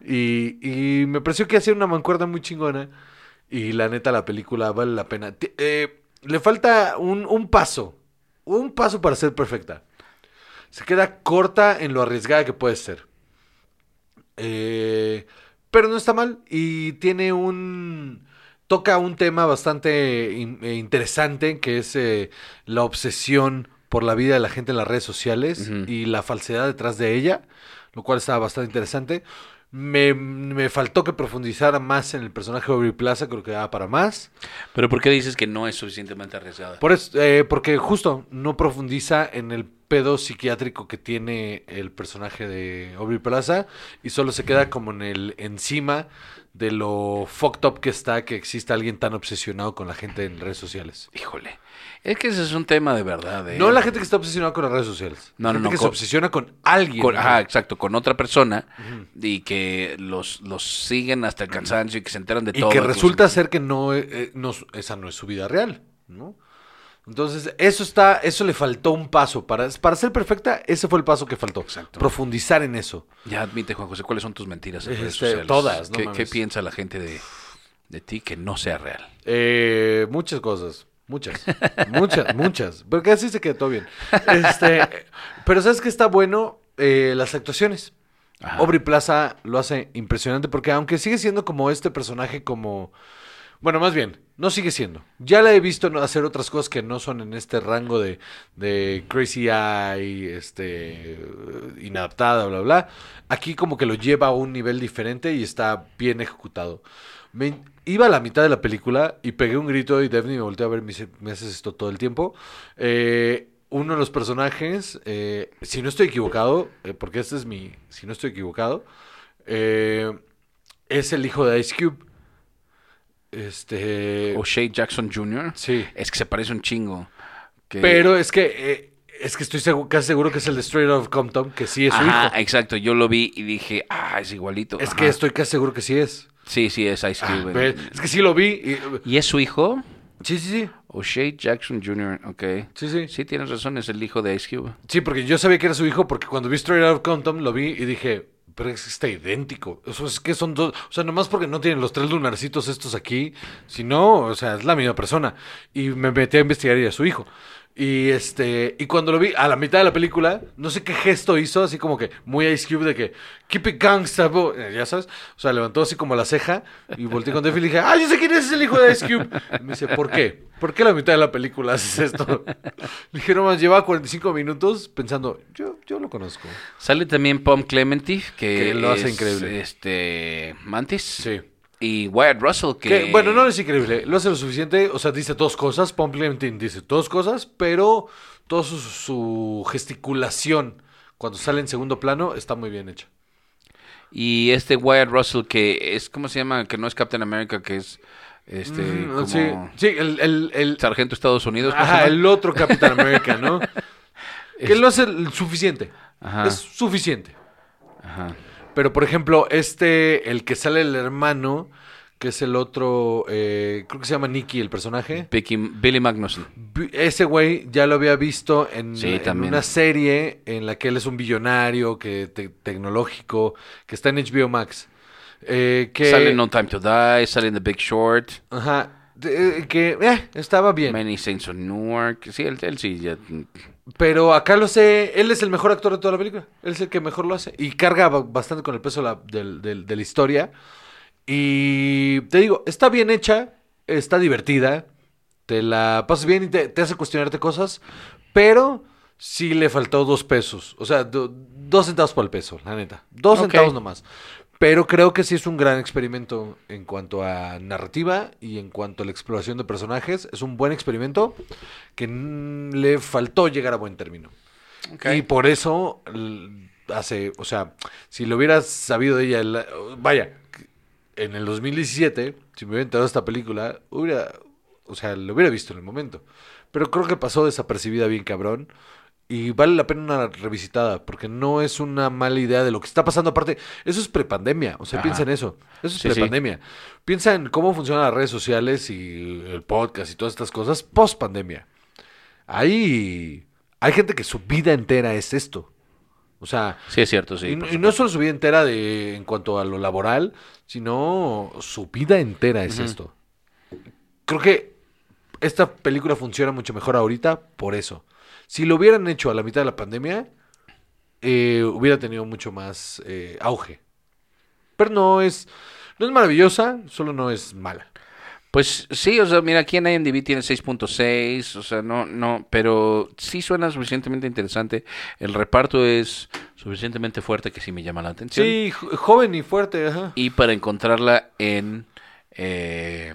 Y, y me pareció que hacía una mancuerna muy chingona y la neta la película vale la pena. Ti- eh, le falta un, un paso, un paso para ser perfecta. Se queda corta en lo arriesgada que puede ser. Eh, pero no está mal y tiene un... Toca un tema bastante in- eh, interesante que es eh, la obsesión por la vida de la gente en las redes sociales
Ujú.
y la falsedad detrás de ella, lo cual está bastante interesante. Me, me faltó que profundizara más en el personaje de Aubrey Plaza, creo que daba para más.
Pero ¿por qué dices que no es suficientemente arriesgada?
Por eso, eh, porque justo no profundiza en el pedo psiquiátrico que tiene el personaje de Aubrey Plaza y solo se queda como en el encima de lo fucked up que está que exista alguien tan obsesionado con la gente en redes sociales.
Híjole. Es que ese es un tema de verdad. ¿eh?
No la gente que está obsesionada con las redes sociales.
No, no,
gente
no,
que se
con-
obsesiona con alguien.
Con- ajá, exacto, con otra persona y que los, los siguen hasta el cansancio y que se enteran de
y
todo.
que
incluso-
resulta ser que no, eh, eh, no es- esa no es su vida real, ¿no? Entonces, eso está, eso le faltó un paso. Para, para ser perfecta, ese fue el paso que faltó.
Exacto.
Profundizar en eso.
Ya admite, Juan José, ¿cuáles son tus mentiras en redes
Este,
sociales?
todas, no
¿Qué,
mames.
qué piensa la gente de, de ti que no sea real?
Eh, muchas cosas. Muchas, muchas, muchas. Porque así se quedó bien. Este, pero ¿sabes qué está bueno? Eh, las actuaciones.
Ajá.
Aubrey Plaza lo hace impresionante porque aunque sigue siendo como este personaje como... Bueno, más bien, no sigue siendo. Ya la he visto no- hacer otras cosas que no son en este rango de, de Crazy Eye, este, eh, inadaptada, bla, bla. Aquí como que lo lleva a un nivel diferente y está bien ejecutado. Me, iba a la mitad de la película y pegué un grito y Daphne me volteó a ver y me dice, ¿me haces esto todo el tiempo? Eh, uno de los personajes, eh, si no estoy equivocado, eh, porque este es mi, si no estoy equivocado, eh, es el hijo de Ice Cube. Este.
O'Shea Jackson Jr.
sí.
Es que se parece un chingo. que-
Pero es que eh, es que estoy segu- casi seguro que es el de Straight Out of Compton, que sí es su
Ajá,
hijo.
exacto. Yo lo vi y dije, ah, es igualito.
Es
ajá.
que estoy casi seguro que sí es.
Sí, sí, es Ice
Ah,
Cube.
ve, es que sí lo vi. y- eh,
¿Y es su hijo?
sí, sí, sí.
O'Shea Jackson Jr., ok.
Sí, sí.
Sí, tienes razón, es el hijo de Ice Cube.
Sí, porque yo sabía que era su hijo porque cuando vi Straight Out of Compton lo vi y dije, pero es que está idéntico. O sea, es que son dos, o sea, nomás porque no tienen los tres lunarcitos estos aquí, si no, o sea, es la misma persona. Y me metí a investigar y era su hijo. Y este, y cuando lo vi a la mitad de la película, no sé qué gesto hizo, así como que muy Ice Cube de que keep it gangsta, bo-", eh, ya sabes. O sea, levantó así como la ceja y volteé con Def y le dije, ah, yo sé quién es el hijo de Ice Cube. Y me dice, ¿por qué? ¿Por qué a la mitad de la película haces esto? Le dije, no más, llevaba 45 minutos pensando, yo, yo lo conozco.
Sale también Pom Clementi, que,
Que lo hace
es,
increíble.
Este, Mantis.
Sí.
Y Wyatt Russell, que...
Que, bueno, no es increíble, lo hace lo suficiente, o sea, dice dos cosas, Pom Clementine dice dos cosas, pero toda su, su gesticulación cuando sale en segundo plano está muy bien hecha.
Y este Wyatt Russell, que es, ¿cómo se llama? Que no es Captain America, que es, este,
Mm,
como...
Sí, sí, el, el, el-
Sargento Estados Unidos. ¿cómo se
ajá,
llama?
el otro Capitán América, ¿no? que lo hace el suficiente,
Ajá.
es suficiente.
Ajá.
Pero, por ejemplo, este, el que sale el hermano, que es el otro, eh, creo que se llama Nicky el personaje.
Vicky- Billy Magnussen.
Vi- Ese güey ya lo había visto en,
Sí,
en
también.
una serie en la que él es un billonario que te- tecnológico, que está en HBO Max. Eh, que,
Sale en No Time to Die, sale en The Big Short,
Ajá. de- eh, que eh, estaba bien.
Many Saints of Newark. Sí, él, él sí ya...
Pero acá lo sé. Él es el mejor actor de toda la película. Él es el que mejor lo hace. Y carga ba- bastante con el peso de la, del- del- de la historia. Y te digo, está bien hecha. Está divertida. Te la pasas bien y te, te hace cuestionarte cosas. Pero sí le faltó dos pesos. O sea, do- dos centavos por el peso, la neta. Dos
Ok.
centavos nomás. Pero creo que sí es un gran experimento en cuanto a narrativa y en cuanto a la exploración de personajes. Es un buen experimento que mm, le faltó llegar a buen término. Y por eso l- hace, o sea, si lo hubieras sabido de ella, la- vaya, en el 2017, si me hubiera enterado de esta película, hubiera, o sea, lo hubiera visto en el momento. Pero creo que pasó desapercibida bien cabrón. Y vale la pena una revisitada, porque no es una mala idea de lo que está pasando. Aparte, eso es prepandemia. O sea,
Ajá.
piensa en eso. Eso es
Sí, sí.
prepandemia. Piensa en cómo funcionan las redes sociales y el podcast y todas estas cosas post pandemia. Hay, hay gente que su vida entera es esto. O sea,
Sí, es cierto, sí.
y,
por
y no solo su vida entera de, en cuanto a lo laboral, sino su vida entera es esto. Creo que esta película funciona mucho mejor ahorita por eso. Si lo hubieran hecho a la mitad de la pandemia, eh, hubiera tenido mucho más eh, auge. Pero no es, no es maravillosa, solo no es mala.
Pues sí, o sea, mira, aquí en IMDb tiene 6.6, o sea, no, no, pero sí suena suficientemente interesante. El reparto es suficientemente fuerte que sí me llama la atención.
Sí, jo- joven y fuerte, ajá.
Y para encontrarla en eh,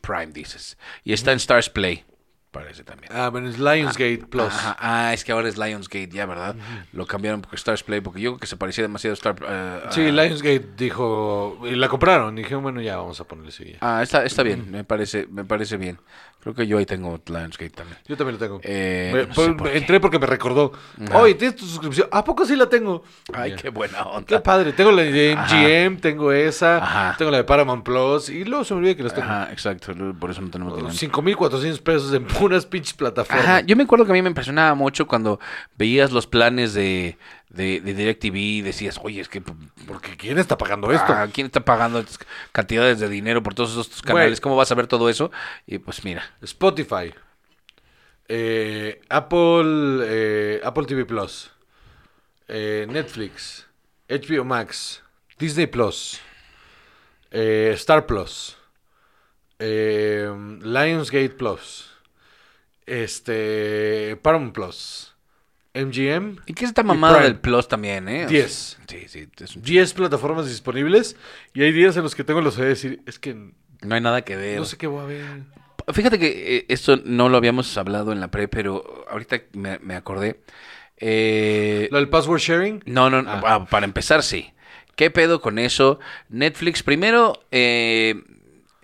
Prime, dices. Y está en Stars Play, parece también.
Ah, bueno, es Lionsgate Plus.
Ajá, Ah, es que ahora es Lionsgate, ya, ¿verdad? Lo cambiaron porque Stars Play, porque yo creo que se parecía demasiado a Star... eh,
Sí,
a-
Lionsgate dijo, y la compraron. Dije, bueno, ya vamos a ponerle sí. ya.
Ah, está, está bien, me parece, me parece bien. Creo que yo ahí tengo Lionsgate también.
Yo también lo tengo.
Eh,
Me-
no
por-
sé por qué.
entré porque me recordó.
Ajá.
Oye, ¿tienes tu suscripción? ¿A poco sí la tengo?
Ay,
Ya.
qué buena onda.
Qué padre. Tengo la de
Ajá.
MGM, tengo esa,
Ajá.
tengo la de Paramount Plus y luego se me olvida que las tengo.
Ajá, exacto, lo- por eso no
Oh,
tenemos dinero.
5.400 pesos en puras pinches plataformas.
Ajá, yo me acuerdo que a mí me impresionaba mucho cuando veías los planes de, de, de DirecTV y decías, oye, es que p-
Porque ¿quién está pagando esto?
ah, ¿quién está pagando estas cantidades de dinero por todos estos
Güey.
canales? ¿Cómo vas a ver todo eso? Y pues mira,
Spotify. eh, Apple, eh, Apple TV Plus. eh, Netflix. HBO Max. Disney Plus. eh, Star Plus. eh, Lionsgate Plus. Este. Paramount Plus. MGM.
¿y qué es esta mamada
Prime.
del Plus también, eh? O sea,
Diez.
sí, sí, es un ch-
10 plataformas disponibles. Y hay días en los que tengo los de decir, es que no
No hay nada que ver.
sé qué voy a ver.
Fíjate que eh, esto no lo habíamos hablado en la pre, pero ahorita me, me acordé. Eh,
¿Lo del password sharing?
No, no, no,
Ah.
ah, para empezar, sí. ¿Qué pedo con eso? Netflix primero eh,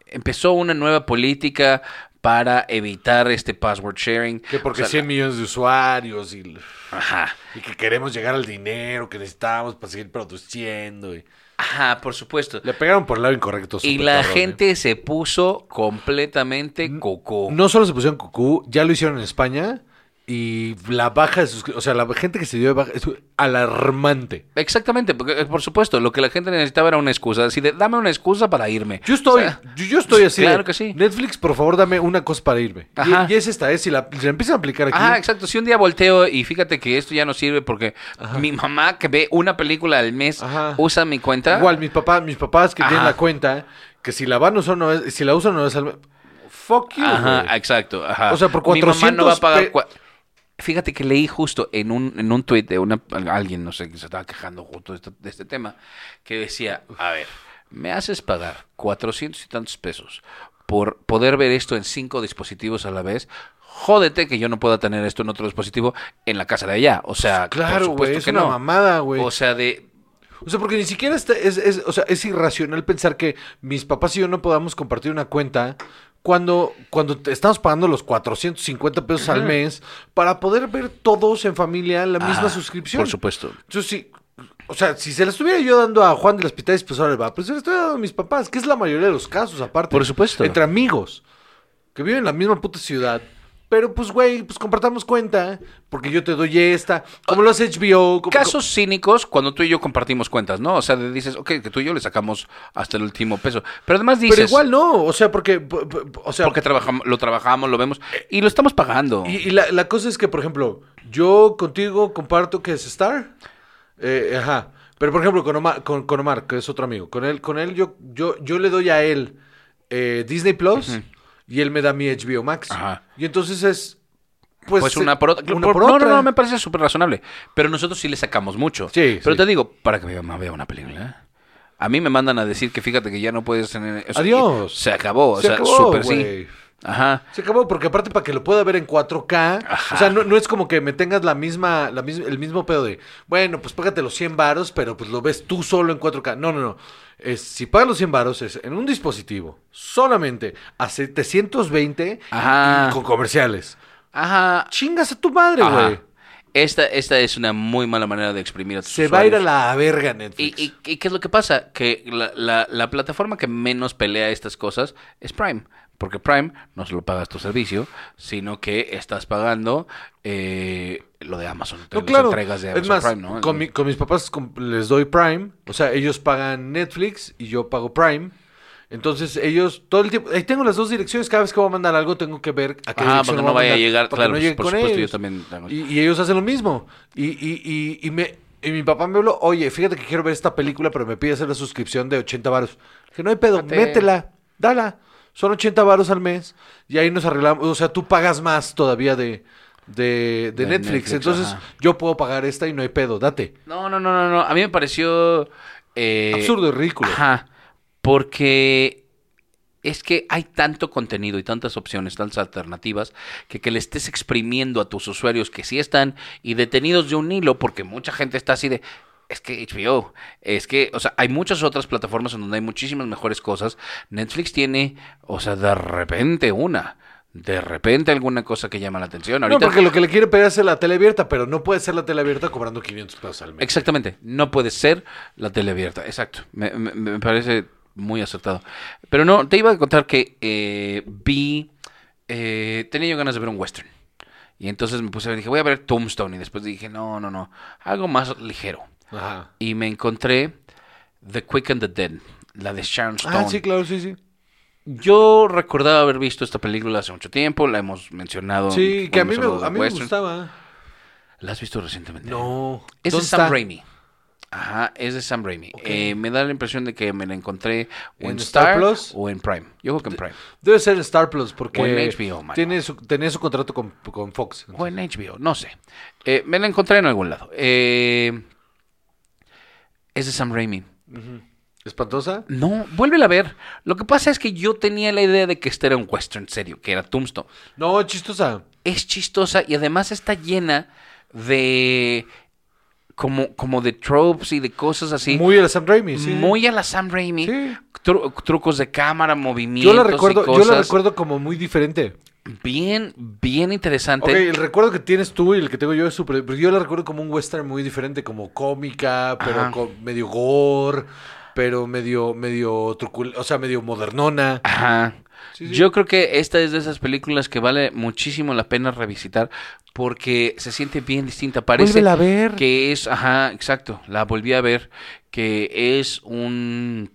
empezó una nueva política para evitar este password sharing.
Que porque
O sea,
100 millones de usuarios y.
Ajá,
Y que queremos llegar al dinero que necesitamos para seguir produciendo. y-
ajá, por supuesto.
Le pegaron por el lado incorrecto.
Y
súper
la
cabrón,
gente se puso completamente
N-
coco.
¿eh? No solo se pusieron cucú, ya lo hicieron en España. Y la baja de suscri- o sea, la gente que se dio de baja es alarmante.
Exactamente, porque, eh, por supuesto, lo que la gente necesitaba era una excusa. Así de, dame una excusa para irme.
Yo estoy,
O sea,
yo, yo estoy así. de,
Claro que sí.
Netflix, por favor, dame una cosa para irme. Y-
Ajá.
Y, es esta, es si la, si la empiezan a aplicar aquí.
Ajá, exacto. Si un día volteo y fíjate que esto ya no sirve porque mi mamá que ve una película al mes
Ajá.
usa mi cuenta.
Igual, mis papás, mis papás que tienen
Ajá.
la cuenta, que si la van a usar no es, si la usan no es al- Fuck you.
Ajá,
güey.
exacto. Ajá.
O sea, por
Mi mamá no va
400
a pagar.
pe-
cua- Fíjate que leí justo en un, en un tuit de una, alguien, no sé, que se estaba quejando justo de este, de este tema, que decía, a ver, me haces pagar 400 y tantos pesos por poder ver esto en cinco dispositivos a la vez, jódete que yo no pueda tener esto en otro dispositivo en la casa de allá. O sea,
Claro,
por supuesto
güey, es
que
una
no.
mamada, güey.
O sea, de...
O sea, porque ni siquiera está, es, es- o sea, es irracional pensar que mis papás y yo no podamos compartir una cuenta cuando, cuando te- estamos pagando los 450 pesos al mes para poder ver todos en familia la misma
Ajá,
suscripción.
Por supuesto.
Entonces, sí. O sea, si se la estuviera yo dando a Juan de las Pitades, pues ahora va. Pues se la estoy dando a mis papás, que es la mayoría de los casos, aparte.
Por supuesto.
Entre amigos, que viven en la misma puta ciudad. Pero, pues, güey, pues compartamos cuenta, porque yo te doy esta. Como los HBO. como-
Casos cínicos cuando tú y yo compartimos cuentas, ¿no? O sea, de- dices, ok, que tú y yo le sacamos hasta el último peso. Pero además dices,
Pero igual no, o sea, porque, p- p- o sea,
porque trabajam- lo trabajamos, lo vemos y lo estamos pagando.
y, y la, la cosa es que, por ejemplo, yo contigo comparto que es Star, eh, ajá, pero por ejemplo con Omar, con, con Omar, que es otro amigo, con él, con él yo, yo, yo le doy a él eh, Disney Plus y él me da mi HBO Max.
Ajá.
Y entonces es, pues,
pues
eh,
una por otra.
una
Por-
por
no,
otra.
no, no, me parece súper razonable. Pero nosotros sí le sacamos mucho.
Sí,
Pero
sí.
te digo, para que mi mamá vea una película. A mí me mandan a decir que fíjate que ya no puedes tener. o sea,
Adiós.
Se acabó. O
Se
sea,
acabó,
súper sí.
güey.
Ajá.
Se acabó, porque aparte para que lo pueda ver en 4K,
Ajá.
o sea, no, no es como que me tengas la misma, la mis- el mismo pedo de, bueno, pues págate los 100 varos, pero pues lo ves tú solo en 4K. No, no, no. Es, si pagas los 100 varos es en un dispositivo, solamente a 720
Ajá.
y con comerciales.
Ajá.
Chingas a tu madre,
Ajá.
güey.
Esta, esta es una muy mala manera de exprimir a tus
Se va a ir a
usuarios.
la verga
¿Y,
Netflix.
y, y qué es lo que pasa? Que la, la- la plataforma que menos pelea estas cosas es Prime. Porque Prime no solo pagas tu servicio, sino que estás pagando eh, lo de Amazon. te-
No,
las
claro.
entregas de
es
Amazon
más,
Prime, ¿no?
con, mi- con mis papás com- les doy Prime. O sea, ellos pagan Netflix y yo pago Prime. Entonces, ellos todo el tiempo. Ahí tengo las dos direcciones. Cada vez que voy a mandar algo, tengo que ver a qué
Ah,
dirección lo
porque
voy
no vaya a
mandar para
llegar.
que
Claro,
no
pues,
llegue
por
con
supuesto,
ellos.
yo también. hago-
Y, y ellos hacen lo mismo. Y, y, y, y me. y mi papá me habló, oye, fíjate que quiero ver esta película, pero me pide hacer la suscripción de 80 varos. Que no hay pedo,
Date.
métela, dala. Son 80 varos al mes y ahí nos arreglamos. O sea, tú pagas más todavía de, de, de
De
Netflix.
Netflix,
Entonces,
ajá.
yo puedo pagar esta y no hay pedo, date.
No, no, no, no, no. A mí me pareció. eh,
Absurdo y ridículo.
Ajá. Porque es que hay tanto contenido y tantas opciones, tantas alternativas, que que le estés exprimiendo a tus usuarios que sí están y detenidos de un hilo, porque mucha gente está así de. Es que HBO, es que, o sea, hay muchas otras plataformas en donde hay muchísimas mejores cosas. Netflix tiene, o sea, de repente una, de repente alguna cosa que llama la atención.
No,
Ahorita,
porque lo que le quiere pedir es la tele abierta, pero no puede ser la tele abierta cobrando 500 pesos al mes.
Exactamente, no puede ser la tele abierta, exacto. Me, me- me parece muy acertado. Pero no, te iba a contar que eh, vi, eh, tenía yo ganas de ver un western. Y entonces me puse a ver, dije, voy a ver Tombstone. Y después dije, no, no, no, algo más ligero.
Ajá.
Y me encontré The Quick and the Dead, la de Sharon Stone.
Ah, sí, claro, sí, sí.
Yo recordaba haber visto esta película hace mucho tiempo, la hemos mencionado.
Sí, que a
cuando
mí me,
hemos hablado de
a mí me
western.
gustaba.
¿La has visto recientemente?
No.
Es de
¿Dónde
Sam
está?
Raimi. Ajá, es de Sam Raimi.
Ok.
Eh, me da la impresión de que me la encontré o en,
¿En
Star,
Star Plus?
o en Prime. Yo creo que en Prime.
Debe ser en Star Plus porque
O en HBO, mano.
tiene su, tenía su contrato con, con Fox.
O en HBO, no sé. Eh, me la encontré en algún lado. Eh, es de Sam Raimi.
¿Espantosa?
No, vuélvela a ver. Lo que pasa es que yo tenía la idea de que este era un western serio, que era Tombstone.
No, chistosa.
es chistosa y además está llena de como, como de tropes y de cosas así.
Muy a la Sam Raimi, sí.
Muy a la Sam Raimi.
Sí.
Tru- trucos de cámara, movimientos
yo la recuerdo,
y
yo
cosas.
la recuerdo como muy diferente.
bien, bien interesante.
Ok, el recuerdo que tienes tú y el que tengo yo es súper. Pero yo la recuerdo como un western muy diferente, como cómica, pero
Ajá.
co- medio gore, pero medio, medio trucul- o sea, medio modernona.
Ajá.
Sí, sí.
Yo creo que esta es de esas películas que vale muchísimo la pena revisitar porque se siente bien distinta. Parece
Vuélvela a ver.
que es, ajá, exacto, la volví a ver, que es un...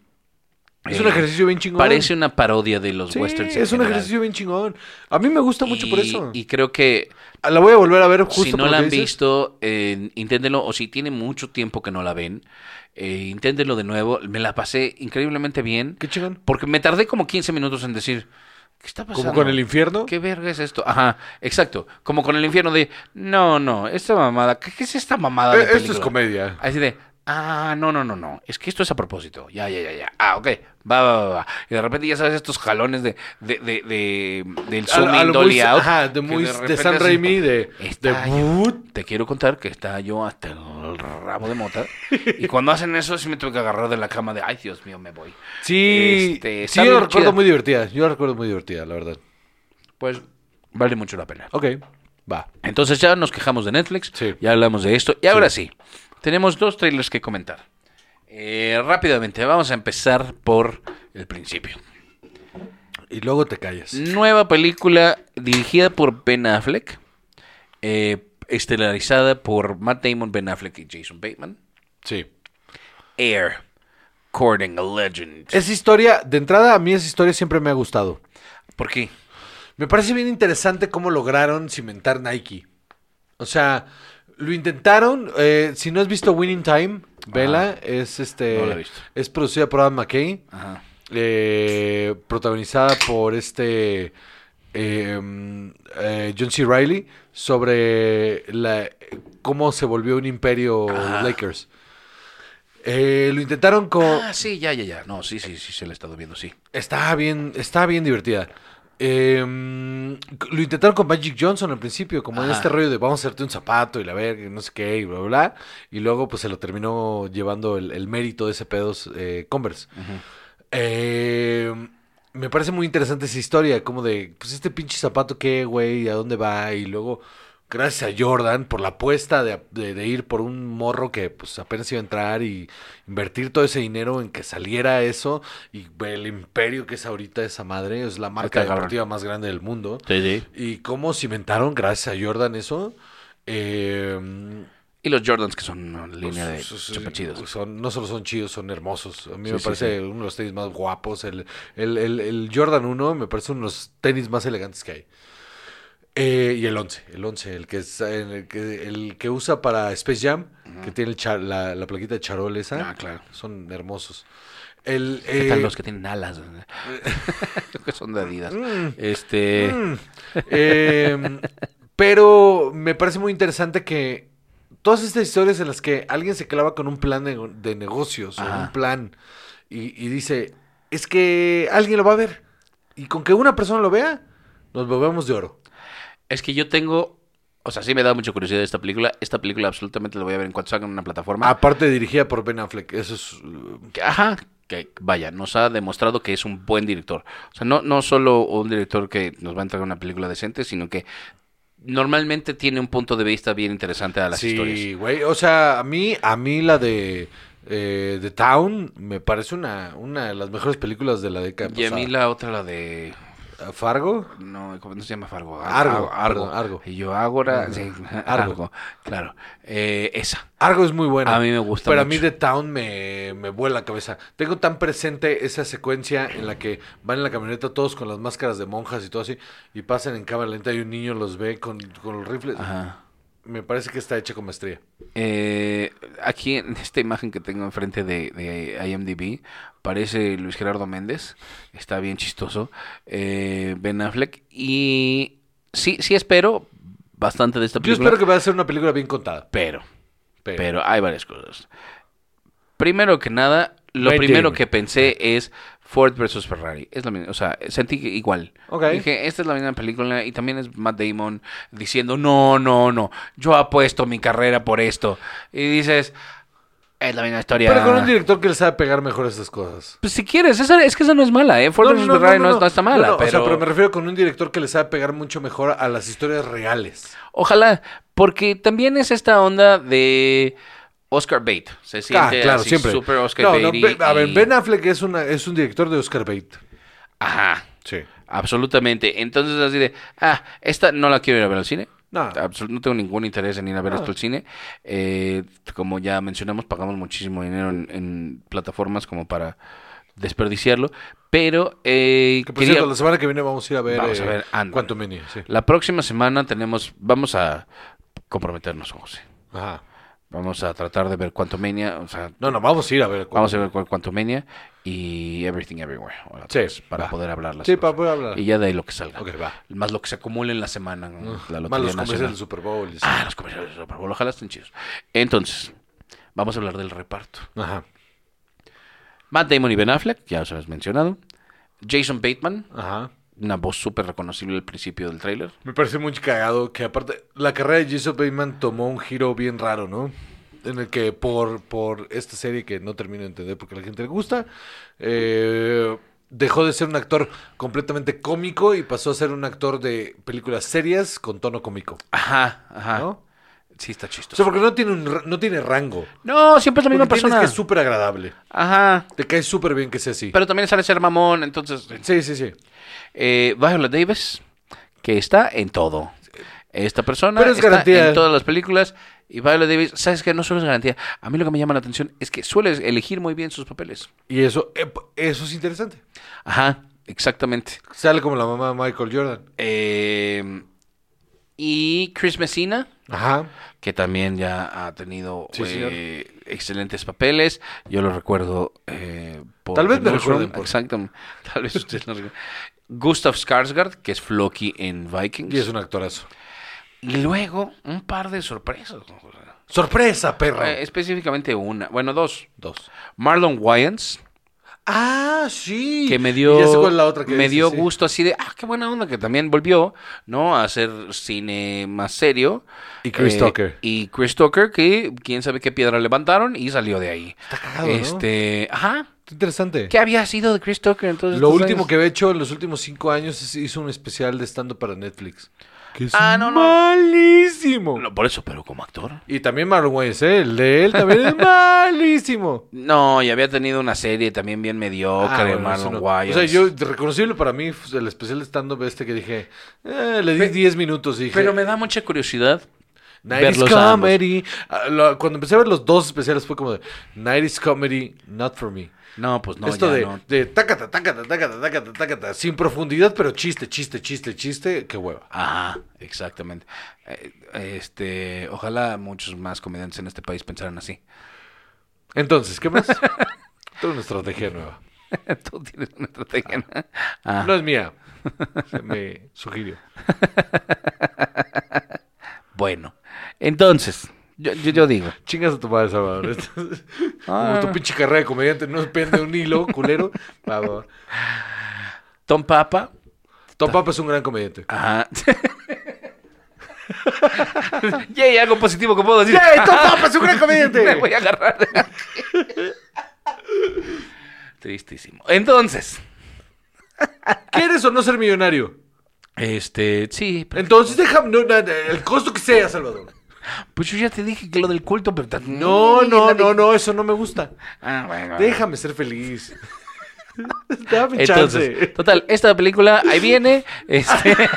Es
eh,
un ejercicio bien chingón.
Parece una parodia de los
Sí,
westerns. en
es un
general.
ejercicio bien chingón. A mí me gusta mucho por
Y-
eso.
Y creo que
La voy a volver a ver justo
si
por
no
lo
la
que
han
dices.
visto, eh, inténtenlo. O si tiene mucho tiempo que no la ven, eh, inténtenlo de nuevo. Me la pasé increíblemente bien.
Qué chingón.
Porque me tardé como 15 minutos en decir, ¿qué está pasando?
Como con el infierno.
¿Qué verga es esto? Ajá, exacto. Como con el infierno de, no, no, esta mamada, ¿qué, qué es esta mamada?
Eh,
de
esto es
película?"
comedia.
Así de, ah, no, no, no, no. Es que esto es a propósito. Ya, ya, ya, ya. Ah, ok. Va, va, va, va. Y de repente ya sabes estos jalones de, de, de, de- del
A lo-
zoom
a
in,
lo
dolly
muy-
out,
ajá, de,
que
muy- de
repente
San
así,
Raimi, de...
Está
de
Te quiero contar que está yo hasta el rabo de mota. y cuando hacen eso, sí me tuve que agarrar de la cama de, ay, Dios mío, me voy.
sí,
Este,
sí,
está
yo
bien
la recuerdo
chida.
muy divertida. Yo la recuerdo muy divertida, la verdad.
Pues vale mucho la pena.
Ok, va.
Entonces ya nos quejamos de Netflix,
Sí.
ya hablamos de esto. Y ahora sí, tenemos dos trailers que comentar. Eh, rápidamente, vamos a empezar por el principio.
Y luego te callas.
Nueva película dirigida por Ben Affleck, eh, estelarizada por Matt Damon, Ben Affleck y Jason Bateman.
Sí.
Air, Courting a Legend.
Esa historia, de entrada, a mí esa historia siempre me ha gustado.
¿Por qué?
Me parece bien interesante cómo lograron cimentar Nike. O sea, lo intentaron. eh, si no has visto Winning Time, Vela, es este.
Ah, No la he visto.
Es producida por Adam McKay.
Ajá.
eh, protagonizada por este. eh, eh, John C. Riley. Sobre la, cómo se volvió un imperio
Ah.
Lakers. Eh, lo intentaron con.
Ah, sí, ya, ya, ya. No, sí, sí, sí, se la he estado viendo, sí.
Está bien, está bien divertida. Eh, mm, lo intentaron con Magic Johnson al principio, como en
Ajá.
este rollo de vamos a hacerte un zapato y la verga, y no sé qué, y bla, bla, bla. Y luego pues se lo terminó llevando el, el mérito de ese pedos eh, Converse. Eh, me parece muy interesante esa historia, como de, pues este pinche zapato qué, güey, a dónde va. Y luego, gracias a Jordan por la apuesta de, de- de ir por un morro que pues apenas iba a entrar y invertir todo ese dinero en que saliera eso. Y el imperio que es ahorita esa madre, es la marca
cabrón.
deportiva más grande del mundo.
Sí, sí.
Y cómo cimentaron, gracias a Jordan, eso. Eh,
Y los Jordans, que son una línea de
pues,
chupachidos.
Son, no solo son chidos, son hermosos. A mí
Sí,
me
sí,
parece uno de los tenis más guapos. El, el- el- el Jordan 1 me parece uno de los tenis más elegantes que hay. Eh, y el 11, el 11, el que, es, el, que, el que usa para Space Jam, que tiene el char- la, la plaquita de charol esa.
Ah, claro.
Son hermosos. El,
¿Qué tal
eh,
los que tienen alas? que son de Adidas. Este.
Mm. Eh, pero me parece muy interesante que todas estas historias en las que alguien se clava con un plan de, de negocios o
Ajá.
un plan y, y dice, es que alguien lo va a ver. Y con que una persona lo vea, nos volvemos de oro.
Es que yo tengo. O sea, sí me da mucha curiosidad esta película. Esta película absolutamente la voy a ver en cuanto salga en una plataforma.
Aparte dirigida por Ben Affleck, eso es... uh,
Que- Ajá. Que vaya, nos ha demostrado que es un buen director. O sea, no, no solo un director que nos va a entregar una película decente, sino que normalmente tiene un punto de vista bien interesante a las
sí,
historias.
güey. O sea, a mí, a mí la de eh, The Town me parece una, una de las mejores películas de la década.
Y a mí
pasada.
la otra, la de.
Fargo.
No, ¿cómo se llama Fargo? Ah,
Argo,
Argo.
perdón, Argo.
Y yo, Ágora. sí,
Argo.
Argo. Claro. Eh, esa.
Argo es muy buena.
A mí me gusta
Pero a mí
mucho.
The Town me, me vuela la cabeza. Tengo tan presente esa secuencia en la que van en la camioneta todos con las máscaras de monjas y todo así, y pasan en cámara lenta y un niño los ve con, con los rifles.
Ajá.
Me parece que está hecha con maestría.
Eh, aquí en esta imagen que tengo enfrente de, de IMDb parece Luis Gerardo Méndez, está bien chistoso, eh, Ben Affleck y sí, sí espero bastante de esta
Yo
película,
espero que vaya a ser una película bien contada.
pero,
Pero,
pero hay varias cosas. Primero que nada, lo
Matt
primero
Damon.
que pensé es Ford versus Ferrari, es la misma, o sea, sentí que igual.
Ok.
Dije, esta es la misma película y también es Matt Damon diciendo, no, no, no, yo apuesto mi carrera por esto. Y dices, es la misma historia.
pero con un director que le sabe pegar mejor esas cosas.
Pues si quieres, esa- es que esa no es mala, ¿eh? Ford versus Ferrari no, es- no está mala,
no, no,
pero,
O sea, pero me refiero con un director que le sabe pegar mucho mejor a las historias reales.
ojalá, porque también es esta onda de Oscar Bate. Se siente
ah, claro,
así
siempre.
súper Oscar
No,
Bate
no,
y-
Ben- a ver,
y-
Ben Affleck es, una, es un director de Oscar Bate.
Ajá,
Sí.
Absolutamente. Entonces, así de, ah, esta no la quiero ir a ver al cine.
No.
Absol- no tengo ningún interés en ir a ver
No.
esto al cine. Eh, como ya mencionamos, pagamos muchísimo dinero en, en plataformas como para desperdiciarlo. Pero eh,
Que por
quería-
cierto, la semana que viene vamos a ir a ver,
Vamos a
eh,
ver Ant-Man.
Quantumania, sí.
la próxima semana tenemos, vamos a comprometernos, José.
Ajá.
Vamos a tratar de ver Quantumania, o sea,
No, no, vamos a ir a ver.
vamos a ver cu- Quantumania y Everything Everywhere. a la
Sí,
vez, para
va.
poder hablar las
Sí,
cosas.
para poder hablar.
Y ya de ahí lo que salga.
Ok, va.
Más lo que se acumule en la semana. ¿no?
Más
La Lotería
los comerciales
Nacional.
del Super Bowl. y así.
Ah, los comerciales del Super Bowl, ojalá estén chidos. Entonces, vamos a hablar del reparto.
Ajá.
Matt Damon y Ben Affleck, ya os habéis mencionado. Jason Bateman,
Ajá.
una voz súper reconocible al principio del tráiler.
Me parece muy cagado que aparte la carrera de Jason Bateman tomó un giro bien raro, ¿no? En el que por, por esta serie que no termino de entender porque a la gente le gusta, eh, dejó de ser un actor completamente cómico y pasó a ser un actor de películas serias con tono cómico,
Ajá, ajá.
¿no?
Sí, está
O
chistoso.
sea, porque no tiene, un, ra- no tiene rango.
No, siempre es la misma
Porque tienes
persona.
que es súper agradable.
Ajá.
Te cae súper bien que sea así.
Pero también sale ser mamón, entonces...
Sí, sí, sí.
Eh, Viola Davis, que está en todo. Esta persona
Pero es
está
garantía.
en todas las películas. Y Viola Davis, ¿sabes qué? No solo es garantía. A mí lo que me llama la atención es que suele elegir muy bien sus papeles.
Y eso, eh, p- eso es interesante.
Ajá, exactamente.
Sale como la mamá de Michael Jordan.
Eh, y Chris Messina,
Ajá.
que también ya ha tenido
Sí, señor.
eh, excelentes papeles. Yo lo recuerdo eh, por...
Tal vez
The
me
Newsroom.
recuerden por-
Exactamente. Tal vez usted no recuerde. Gustav Skarsgård, que es Floki en Vikings.
Y es un actorazo.
Y luego un par de sorpresas. ¿no? O sea,
¡Sorpresa, perro!
eh, específicamente una, bueno, dos.
Dos.
Marlon Wayans,
Ah, sí.
que me dio,
Y ya sé cuál es la otra que
me
dices,
dio
sí.
gusto así de, ah, qué buena onda, que también volvió, ¿no? A hacer cine más serio.
Y Chris
Eh,
Tucker.
Y Chris Tucker, que quién sabe qué piedra levantaron y salió de ahí.
Está cagado, ¿no?
este, ajá.
Está interesante.
¿Qué había sido de Chris Tucker entonces?
Lo último que había hecho en los últimos cinco años es hizo un especial de estando para Netflix. Que es
Ah, no, no.
malísimo.
por eso, pero como actor.
Y también Marlon Wayans, ¿eh? El de él también es malísimo.
No, y había tenido una serie también bien mediocre,
Ah, bueno, eso
Marlon
no.
Wayans.
O sea, yo, reconocible para mí, fue el especial de stand-up este que dije, eh, le di 10 minutos y dije,
Pero me da mucha curiosidad
90s
verlos
Comedy. Ah, lo- Cuando empecé a ver los dos especiales fue como de, 90s Comedy, not for me.
No, pues no,
Esto
ya
de,
no.
de tácata, tácata, tácata, tácata, tácata, sin profundidad, pero chiste, chiste, chiste, chiste, qué hueva.
Ajá, exactamente. Eh, Este, ojalá muchos más comediantes en este país pensaran así.
Entonces, ¿qué más? Tengo una estrategia nueva.
Tú tienes una estrategia. ¿no? Ah,
No es mía. Se me sugirió.
Bueno, entonces, yo, yo, yo digo.
Chingas a tu madre, Salvador. Entonces, como
Ah.
tu pinche carrera de comediante no depende de un hilo, culero. Va, va, va.
Tom Papa.
Tom Papa es un gran comediante.
Ajá. Yay, algo positivo que puedo decir.
¡Yay, Tom Papa es un gran comediante!
Me voy a agarrar de aquí. Tristísimo. Entonces,
¿Quieres o no ser millonario?
este, sí, pero-
Entonces deja no, na- na- el costo que sea, Salvador.
pues yo ya te dije que lo del culto, pero tan-
No, no, no, no, eso no me gusta.
Ah, bueno.
Déjame ser feliz. Dame chance.
Entonces, total, esta película ahí viene. Este...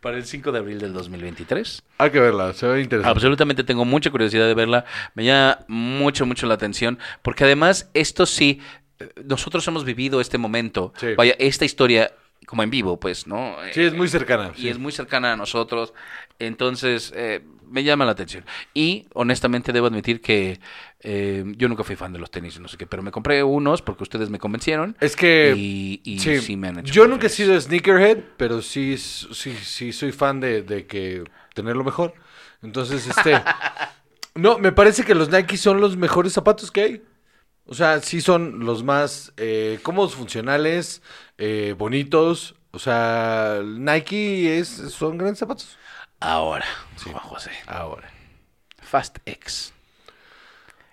Para el 5 de abril del 2023.
Hay que verla, se ve interesante.
Absolutamente tengo mucha curiosidad de verla. Me llama mucho, mucho la atención. Porque además, esto sí, eh, nosotros hemos vivido este momento.
Sí.
Vaya, esta historia como en vivo, pues, ¿no?
Sí, es
Eh,
muy cercana.
y
sí.
es muy cercana a nosotros. Entonces, eh, me llama la atención. Y honestamente debo admitir que eh, yo nunca fui fan de los tenis, no sé qué, pero me compré unos porque ustedes me convencieron.
Es que.
y, y sí,
sí,
me han hecho.
Yo
muy
nunca he
feliz.
sido sneakerhead, pero sí, sí, sí soy fan de, de que tenerlo mejor. Entonces, este. no, me parece que los Nike son los mejores zapatos que hay. O sea, sí son los más eh, cómodos, funcionales, eh, bonitos. O sea, Nike es, son grandes zapatos.
Ahora, Juan José.
Ahora.
Fast X.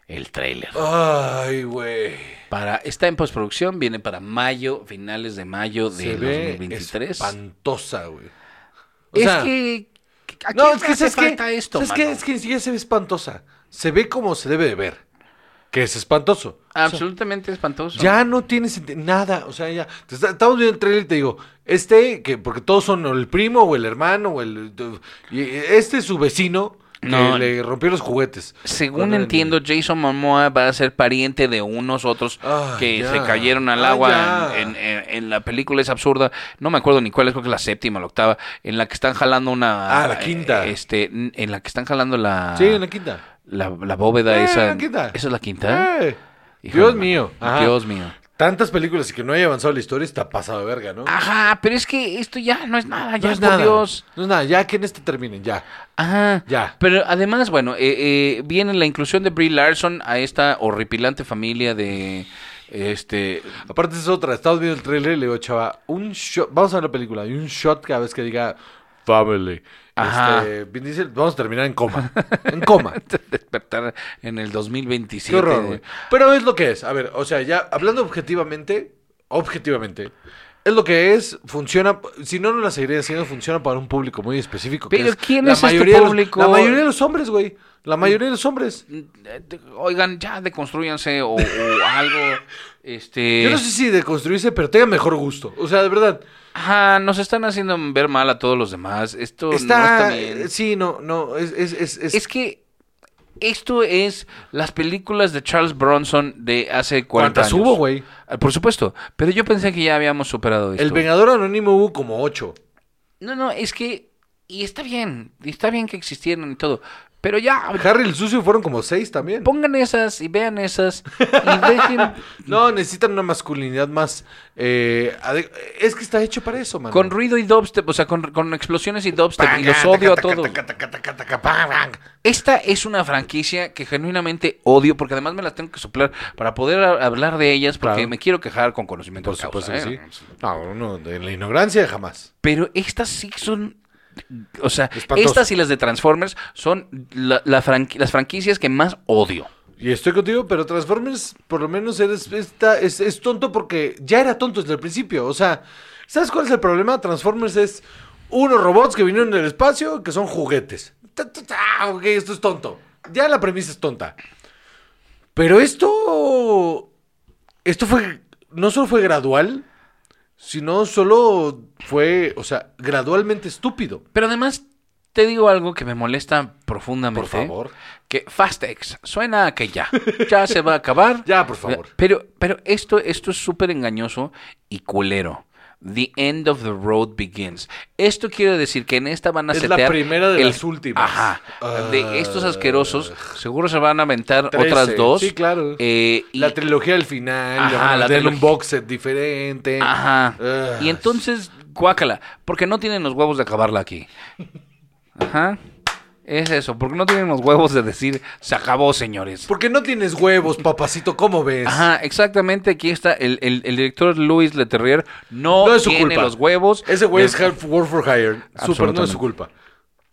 El trailer.
Ay, güey.
Para, está en postproducción, viene para mayo, finales de mayo de
Se ve
2023.
espantosa, güey. O
es
sea,
que. ¿a
No,
quién
es
le
que
hace
¿sabes qué?
falta esto,
¿Sabes qué?
mano?
Es que ya se ve espantosa. Se ve como se debe de ver. que es espantoso.
Absolutamente espantoso.
Ya no tienes ent- nada, o sea, ya. te está- estamos viendo el trailer y te digo, este, que porque todos son o el primo o el hermano o el. y este es su vecino que
No.
le rompió los juguetes.
Según
Cuando-
entiendo, Jason Momoa va a ser pariente de unos otros
Ah,
que
ya.
se cayeron al
Ah,
agua
ya.
en, en- en la película. Es absurda. No me acuerdo ni cuál es, creo que es la séptima, la octava, en la que están jalando una...
Ah, la quinta.
eh, Este, n- en la que están jalando la...
Sí, en la quinta.
la, la bóveda
Eh,
esa.
la quinta.
¿Esa es la quinta?
Eh,
Híjole,
Dios
mano.
mío. Ajá.
Dios mío.
Tantas películas y que no haya avanzado la historia está pasado de verga, ¿no?
Ajá, pero es que esto ya no es nada, Ah, ya
no
es por Dios.
No es nada, ya que en este terminen, ya.
Ajá.
Ya.
Pero además, bueno, eh, eh, viene la inclusión de Brie Larson a esta horripilante familia de este
Aparte es otra, estamos viendo el trailer y le digo, chava, un shot, vamos a ver la película, y un shot cada vez que diga family.
Ajá.
Este, Vin Diesel, vamos a terminar en coma. En coma.
despertar en el 2027.
Qué horror, güey. Pero es lo que es. A ver, o sea, ya hablando objetivamente, objetivamente, es lo que es, funciona, si no, no la seguiría haciendo, funciona para un público muy específico. que
Pero ¿quién es este
mayoría de los-
público? Mm.
la mayoría de los hombres, güey. La mayoría de los hombres.
Oigan, ya deconstruyanse o, o algo. Este.
Yo no sé si de construirse, pero tengan mejor gusto. O sea, de verdad.
Ajá, nos están haciendo ver mal a todos los demás.
Está,
Esto Pues, no está bien.
sí, no, no, es, es, es, es-
Es que esto es las películas de Charles Bronson de hace 40
¿Cuántas
años.
hubo, güey?
Ah, Por supuesto, pero yo pensé que ya habíamos superado esto.
El Vengador Anónimo hubo como ocho.
No, no, es que y está bien, y está bien que existieran y todo, pero ya
Harry el Sucio fueron como seis también.
pongan esas y vean esas y dejen
No, necesitan una masculinidad más. eh, ade- es que está hecho para eso, man.
con ruido y dubstep, o sea, con, con explosiones y dubstep y los odio a todos. Esta es una franquicia que genuinamente odio porque además me las tengo que soplar para poder a- hablar de ellas porque
Claro.
me quiero quejar con conocimiento
Por
de
supuesto
causa,
que
¿eh?
sí. No, no, de la ignorancia jamás.
Pero estas sí son. O sea,
Espantoso.
estas y las de Transformers son la- la franqui- las franquicias que más odio.
Y estoy contigo, pero Transformers, por lo menos eres, está, es, es tonto porque ya era tonto desde el principio. O sea, ¿sabes cuál es el problema? Transformers es unos robots que vinieron del espacio que son juguetes. Ta, ta, ta, ok, esto es tonto. Ya la premisa es tonta. Pero esto. Esto fue. No solo fue gradual, sino solo fue. O sea, gradualmente estúpido.
Pero además, te digo algo que me molesta profundamente.
Por favor.
Que Fastex suena a que ya. Ya se va a acabar.
Ya, por favor.
Pero, pero esto, esto es súper engañoso y culero. The end of the road begins. Esto quiere decir que en esta van a
Es la
setear
primera de las últimas.
Ajá. de estos
Ah.
asquerosos, seguro se van a aventar
Trece.
otras dos.
Sí, claro.
Eh, y-
La trilogía del final,
Ajá,
le van a
la
meter
trilog-
un box set diferente.
Ajá.
Ah,
y entonces, guácala, porque no tienen los huevos de acabarla aquí. Ajá. Es eso, porque no tienen los huevos de decir, se acabó, señores.
Porque no tienes huevos, papacito, ¿cómo ves?
Ajá, exactamente, aquí está el, el- el director Luis Leterrier, no,
No es su
tiene
culpa.
los huevos.
Ese güey
de-
es half work for hire. Super no es
Absolutamente.
su culpa.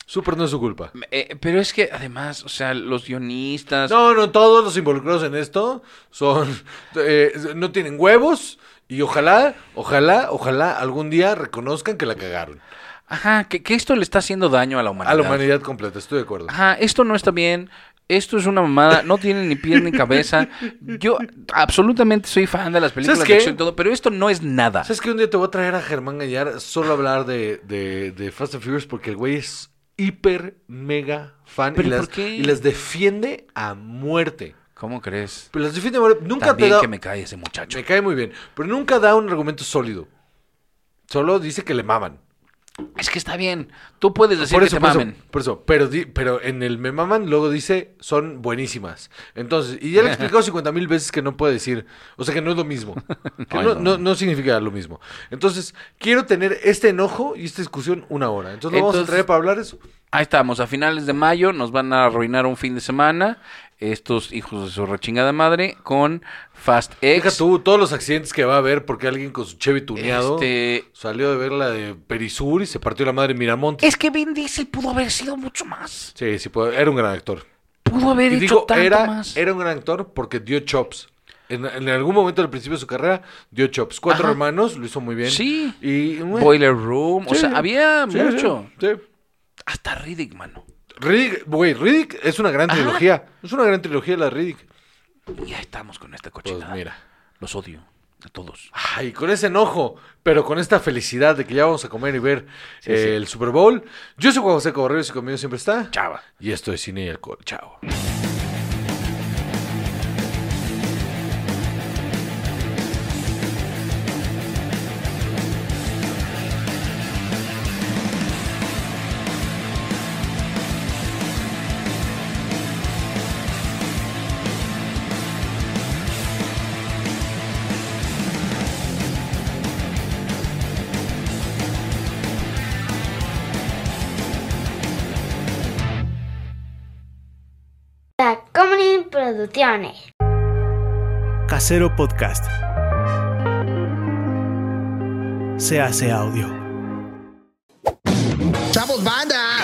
Super no es su culpa.
Eh, pero es que además, o sea, los guionistas...
No, no, todos los involucrados en esto son. eh, no tienen huevos. Y ojalá, ojalá, ojalá algún día reconozcan que la cagaron.
Ajá, que, que esto le está haciendo daño a la humanidad.
A la humanidad completa, estoy de acuerdo.
Ajá, esto no está bien. Esto es una mamada, no tiene ni pies ni cabeza. Yo absolutamente soy fan de las películas
¿Sabes
de
qué?
acción y todo, pero esto no es nada.
¿Sabes que Un día te voy a traer a Germán Gallar solo a hablar de, de- de Fast and Furious porque el güey es hiper mega fan y
¿Pero
las,
por qué?
y las defiende a muerte.
¿Cómo crees?
Pero las defiende a muerte. Nunca
También
te da.
que me cae ese muchacho.
me cae muy bien. Pero nunca da un argumento sólido. Solo dice que le maman.
Es que está bien. Tú puedes decir
Por
que
eso,
te
por eso,
mamen.
por eso. Pero, di- pero en el me maman luego dice son buenísimas. Entonces, y ya le he explicado 50 mil veces que no puede decir, o sea que no es lo mismo. Que
Ay,
no,
no.
no- no significa lo mismo. Entonces, quiero tener este enojo y esta discusión una hora. Entonces, lo vamos a
Entonces-
traer para hablar eso.
Ahí estamos, a finales de mayo nos van a arruinar un fin de semana estos hijos de su rechingada madre con Fast X.
Deja tú todos los accidentes que va a haber porque alguien con su Chevy tuneado
Este-
salió de ver la de Perisur y se partió la madre en Miramontes.
Es que Vin Diesel pudo haber sido mucho más.
Sí, sí, puede- era un gran actor.
Pudo haber
Y
hecho
digo,
tanto
era,
más.
era un gran actor porque dio chops. En, en algún momento del principio de su carrera dio chops. Cuatro
Ajá.
hermanos lo hizo muy bien.
Sí.
Y, bueno,
Boiler Room, o
sí,
sea, había
sí,
mucho.
sí, sí.
Hasta Riddick, mano.
Riddick, güey, Riddick es una gran trilogía. Es una gran trilogía la de Riddick.
Y ahí estamos con esta
Pues
cochinada.
mira.
Los odio a todos.
Ay, con ese enojo, pero con esta felicidad de que ya vamos a comer y ver
Sí,
eh,
sí.
el Super Bowl. Yo soy Juan José Cabarreros y conmigo siempre está.
Chava.
Y esto es Cine y Alcohol. Chao.
Tacomunin Producciones.
Casero Podcast. Se hace audio.
¡Chavos, banda!